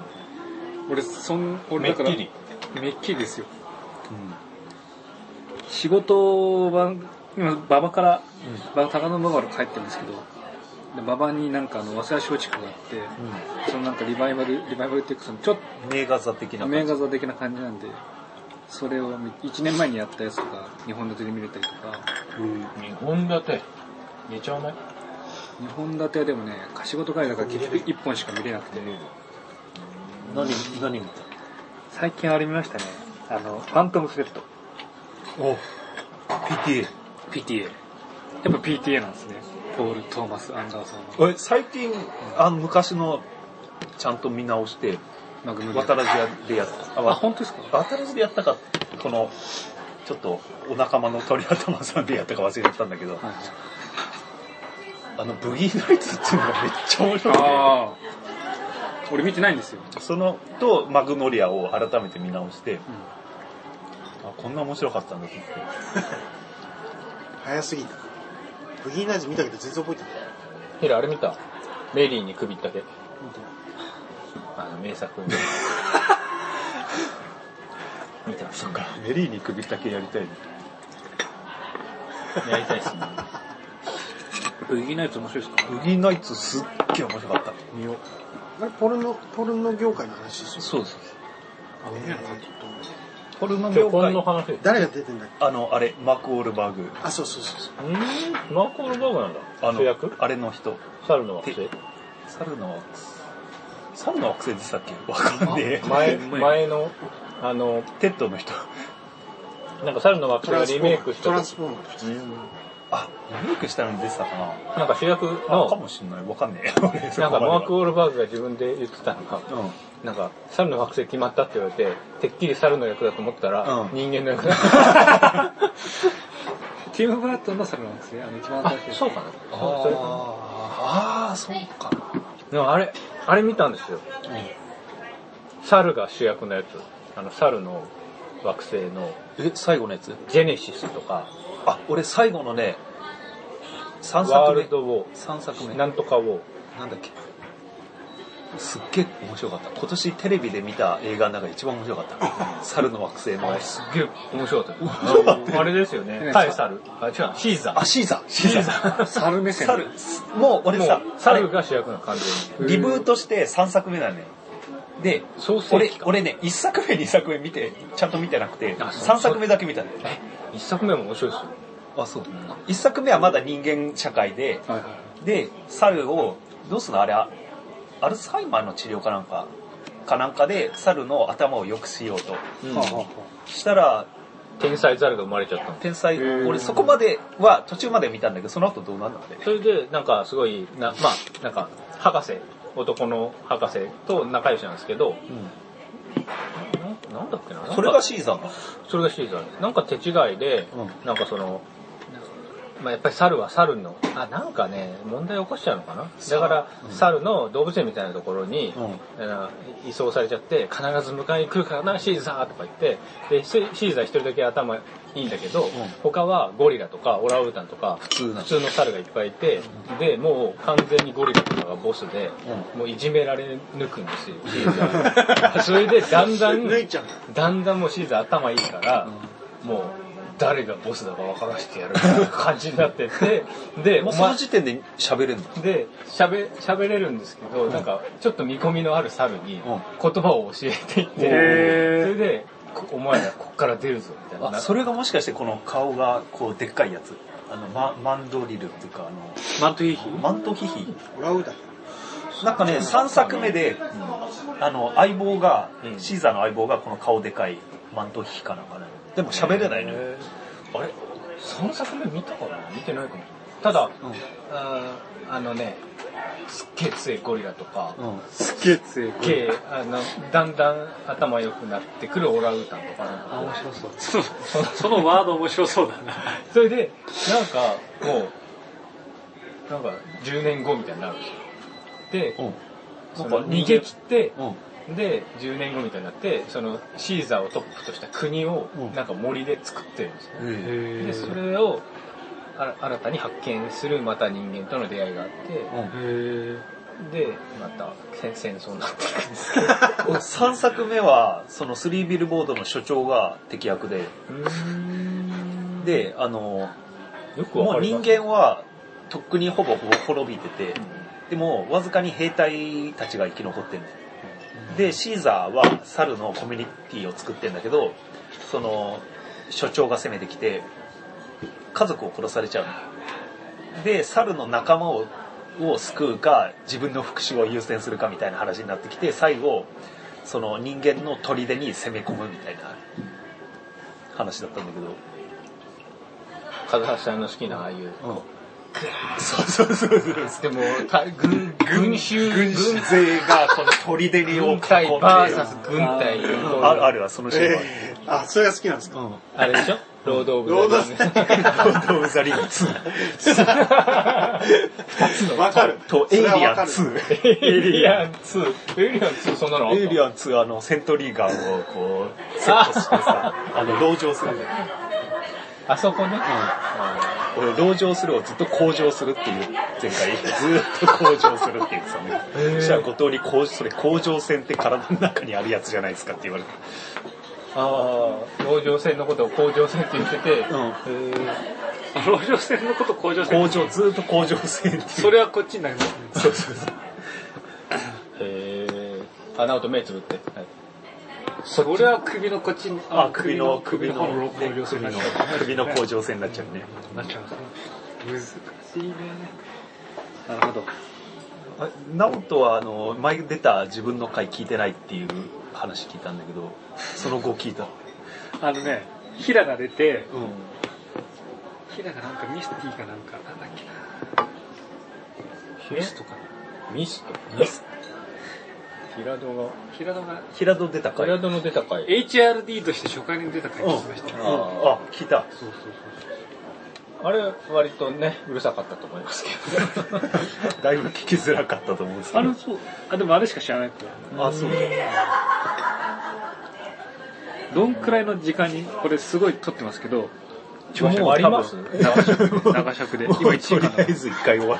D: 俺そん
B: め
D: 俺
B: っ
D: だ
B: き
D: から
B: り。
D: めっきりですよ仕事は今馬場から、馬場高野馬場から帰ってるんですけどで馬場になんかあの早稲田松竹があって、そのなんかリバイバルリバイバルっていうかそのちょっ
A: 名画座的な
D: と
A: 感
D: 名
A: じ。
D: 画座的な感じなんでそれを見1年前にやったやつとか日本立てで見れたりとか
B: 2本立て。2丁目
D: 日本立てはでもね仕事帰りだから結局1本しか見れなくて
A: 何、何見た
D: 最近あれ見ましたねあのファントムスレッド
A: お、PTA。
D: PTA やっぱ PTA なんですねポール・トーマス・アンダーソンの
A: え、最近、あ昔の、ちゃんと見直して、
D: マグムリア
A: 渡らじでやった。
D: あ本当ですか
A: 渡らじでやったか、この、ちょっと、お仲間の鳥頭さんでやったか忘れちゃったんだけど、
D: はいはい
A: あの、ブギーナイツっていうのがめっちゃ面白くて。
D: ああ俺見てないんですよ
A: そのとマグノリアを改めて見直して、あこんな面白かったんだと思って
C: 早すぎた。ブギーナイズ見たけど全然覚えてない。
B: ヒラ、あれ見たメリーに首ったけ。
C: 見てない
B: あの、名作。見た。
A: そっかメリーに首だけやりたいね
B: やりたいっすね。
D: ブギーナイツ面白いですか
A: ブギーナイツすっげえ面白かった
C: 見よう。あれ、ポルノ、ポルノ業界の話ですよ。
A: そうです
C: あ、見えなかった。
A: ポルノ
B: 今
A: 業
B: 日こ
A: 界
B: んな話です。
C: 誰が出てんだっけ
A: あのあれマーク・オールバーグ
C: あ、そうそうそうそう。
B: うーん、マーク・オールバーグなんだ。
A: あ
B: 主役
A: のあれの人
B: 猿の惑星
A: 猿の惑星猿の惑星でしたっけわかんねえ
B: 前、前の、あの、
A: テッドの人
B: なんか猿の惑
C: トラン
B: 星
C: ス
B: がリメイ
C: フォーマ
B: ク
C: ー。
B: し
C: トラ
B: た
C: ンスフォーマー。
A: あリメイクしたのに出てたかな
B: なんか主役
A: あか
B: の、
A: もしんないわかんねえ 俺そ
B: なん
A: こまで
B: かマ
A: は
B: ーク・オールバーグが自分で言ってたのが、なんか、猿の惑星決まったって言われて、てっきり猿の役だと思ったら、
A: うん
B: 人間の役だった。
D: ティム・バートンのサラなんですね。あの、一番
B: あ
D: 新しい。
B: そうかな
D: あそれか
A: ああそうか
B: でもあれあれ見たんですよ、猿が主役のやつあの猿の惑星の
A: え最後のやつ
B: ジェネシスとか
A: あ俺最後のね3
B: ワー
A: 作
B: ル
A: 目
B: ドウォ
A: 3作目
B: ーなんとかウォー
A: なんだっけすっげえ面白かった今年テレビで見た映画の中で一番面白か った猿の惑星の
B: すっげえ面白 かった
A: そうだっ
B: あのあれですよね
D: ね
B: 対猿あ違うシーザ
A: あ
B: ー
A: シーザーシーザー
D: 猿目線。
A: 猿もう俺
B: も
A: さ
B: う猿が主役なの完全
A: リブートして3作目なのよで
B: 創世
A: 俺
B: 記か
A: 俺ね1作目2作目見てちゃんと見てなくて
B: あそう
A: 3作目だけ見たのよ
B: に一作目も面白いですよ
A: あそう1作目はまだ人間社会で
D: はいはい。
A: で猿をどうすんのあれアルツハイマーの治療かなんかかなんかで猿の頭を良くしようとしたら
B: 天才猿が生まれちゃったの
A: 天才俺そこまでは途中まで見たんだけどその後どうなんだって
B: それでなんかすごいなまあなんか博士男の博士と仲良しなんですけど、ななんだっけななんか
A: それがシーザーなの
B: それがシーザーですなんか手違いで、
A: う
B: なんかその、まあ、やっぱり猿は猿のあなんかね問題起こしちゃうのかなだから、猿の動物園みたいなところに、あの移送されちゃって必ず迎えに来るからなシーザーとか言ってでシシーザー一人だけ頭いいんだけど、他はゴリラとかオランウータンとか普
A: 通な
B: の猿がいっぱいいてでもう完全にゴリラとかがボスで、もういじめられ抜くんですよシーザーそれでだんだん
C: 抜いちゃう
B: だんだんもうシーズン頭いいから、もう誰がボスだか分からせてやるみたいな感じになって って、で、
A: もう
B: お
A: そ
B: 前
A: の時点で喋れんの
B: で、喋、喋れるんですけど、なんか、ちょっと見込みのある猿に、言葉を教えていって、それで、こお前らこっから出るぞ、みたいな。
A: あそれがもしかしてこの顔がこうでっかいやつあのママンドリルっていうかあの
D: マントヒーヒー
A: マントヒヒ
C: オラウーダ
A: なんかね3作目で、あの相棒が、シーザーの相棒がこの顔でかいマントヒヒかなんかねでも喋れないのよ、
B: へーあれ ?3 作目見たかな見てないかも。ただ、あーあのね、すっげえ強いゴリラとか、
D: すっげえ強い。
B: けあのだんだん頭良くなってくるオランウータンとかなんか
D: あ、面白そう。そのそのワード面白そうだな。
B: それでなんかもうなんか10年後みたいになるんですよで、その逃げ切って、で10年後みたいになってそのシーザーをトップとした国をなんか森で作ってるんですね、でそれをあら新たに発見するまた人間との出会いがあって、でまた戦戦争になっていくんです けど
A: 3作目はそのスリービルボードの所長が敵役でであの
B: よくわ
A: も
B: か
A: う
B: り
A: 人
B: ます
A: 間はとっくにほぼほぼ滅びてて、でもわずかに兵隊たちが生き残ってんのよでシーザーは猿のコミュニティを作ってんだけどその所長が攻めてきて家族を殺されちゃうので猿の仲間をを救うか自分の復讐を優先するかみたいな話になってきて最後その人間の砦に攻め込むみたいな話だったんだけど
B: 風橋さんの好きなああいう
A: そうそうそうそう
B: でも、た軍、軍衆、軍
A: 勢がこの砦にを囲
B: 軍
A: んで
B: 隊、バーサス軍隊、
A: あるあるわそのシーンは、
C: ええあ、それが好きなんですか
B: あれでしょロード・オブ・
C: ロードオ ブ
B: ザリング
A: ロード・オブ・ ザ・リング
C: わかる。
A: と
C: そ
A: エイ
C: れ
A: リ
C: は
A: ア
C: わ
A: ン
C: かる
A: 2
B: エイリアン2。エイリアン2、そんなのあっ
A: エイリ
B: た
A: アン2あのセントリーガンをこうセットしてさあの籠城する
B: あそこね。
A: 俺籠城するをずっと向上するっていう前回ずっと向上するって言ってたねそしたら後藤にこう「それ甲状腺って体の中にあるやつじゃないですか」って言われて
B: ああ、甲状腺のことを甲状腺って言ってて、
A: うん
B: へー
D: 籠城戦のこと向上戦。
A: 向上ずっと向上腺って
D: それはこっちになりますね。
A: そうそうそう
B: へーあ、ナオト目つぶって。はい
D: それは首のこっちに、
A: あ首の首の
D: 方の
A: ね
D: 籠城
A: 首
D: 戦になっ
A: の
D: ちゃ
A: 首の甲状腺になっちゃうね
D: うなっちゃうんですね。難しいね。なるほど。
A: あ直人はあの前出た自分の回聞いてないっていう話聞いたんだけどその後聞いた
D: あのね、ヒラが出て、
A: うん
D: ヒラがなんかミスティかなんか、なんだっけな。ミストかな。
B: ミスト。ミスト。平戸が、
D: ヒラのが、
A: 平戸出た回
B: 平戸の出た回。
D: HRD として初回に出た回聞きました。
A: あ聞いた
D: そうそうそう。
B: あれ割とねうるさかったと思いますけ ど
A: だいぶ聞きづらかったと思うんです
D: あ
A: け
D: れそうあでもあれしか知らないから
A: どあそう
D: どんくらいの時間にこれすごい撮ってますけど
A: もう終わります
D: 長尺長 尺で今1時
A: とり
D: 間
A: あえず一回終わ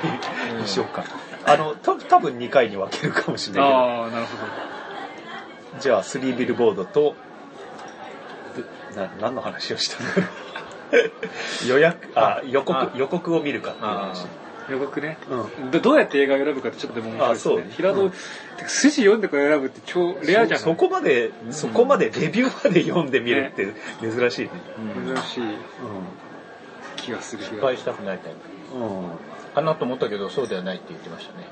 A: りにしようか、あのた多分2回に分けるかもしれないけど
D: ああなるほど
A: じゃあ3ビルボードとでな何の話をしたの 予約あ予告
B: あ
A: 予告を見るかっていう話
D: 予告ね、
A: う
D: どどうやって映画を選ぶかってちょっとでも面白いですね
A: あそうね
D: 平戸、てか筋読んでから選ぶって超レアじゃ
A: そ
D: な
A: そ
D: い
A: こまで、そこまでレビューまで読んでみるって珍しいね
D: 珍しい気がする気
B: 失
D: が
B: 敗したくないタイプ
A: うん、うん、
B: かなと思ったけどそうではないって言ってましたね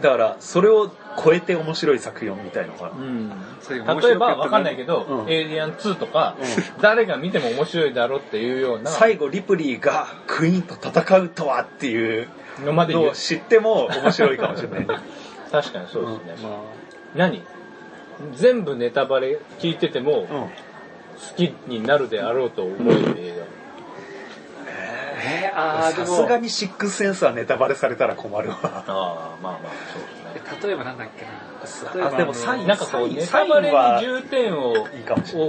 A: だからそれを超えて面白い作品をみたいのが、
D: それが面
B: 例え
D: 白
B: ば
D: かったな
B: わかんないけど、
A: うん
B: エイリアン2とか、
A: う
B: 誰が見ても面白いだろうっていうような
A: 最後リプリーがクイーンと戦うとはっていう
B: のまで
A: の
B: 言
A: を
B: う
A: 知っても面白いかもしれないね
B: 確かにそうですね、
D: ま
B: 何全部ネタバレ聞いてても好きになるであろうと思える映画
D: あえー、あー
A: さ
D: で
A: すが
D: も
A: にシックスセンスはネタバレされたら困るわ
B: ああまあまあそうですね
D: 例えばなんだっけな
A: あでもサイン
B: なんかこうネタバレに重点を
A: いいかもしれない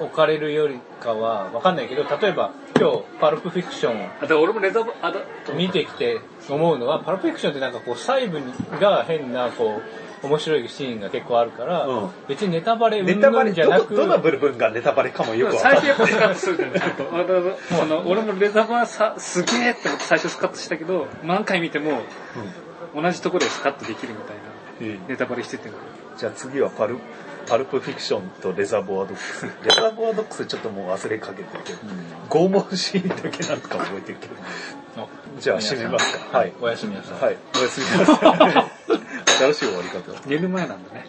B: を置かれるよりかはわかんないけど例えば今日パルプフィクション
D: あでも俺もネタバあだ
B: を見てきて思うのはパルプフィクションってなんかこう細部にが変なこう面白いシーンが結構あるから、
A: うん
B: 別にネタバレ
A: ネタバレ
B: 云々じゃな
A: どこ
B: く
A: どの部分がネタバレかもよくわかんな
D: 最
A: い
D: 初やっぱスカッとするじゃんちゃんとあのあの俺もネタバレさすげえって思って最初スカッとしたけど何回見ても同じところでスカッとできるみたいな
A: うん
D: ネタバレしてても
A: じゃあ次はパルパルプフィクションとレザーボアドックス。レザーボアドックスちょっともう忘れかけてて、拷問シーンだけなんか覚えてるけど。じゃあ締めますか。はい。
B: おやすみなさ い
A: はい。おやすみなさい。新しい終わり方。
D: 寝る前なんだね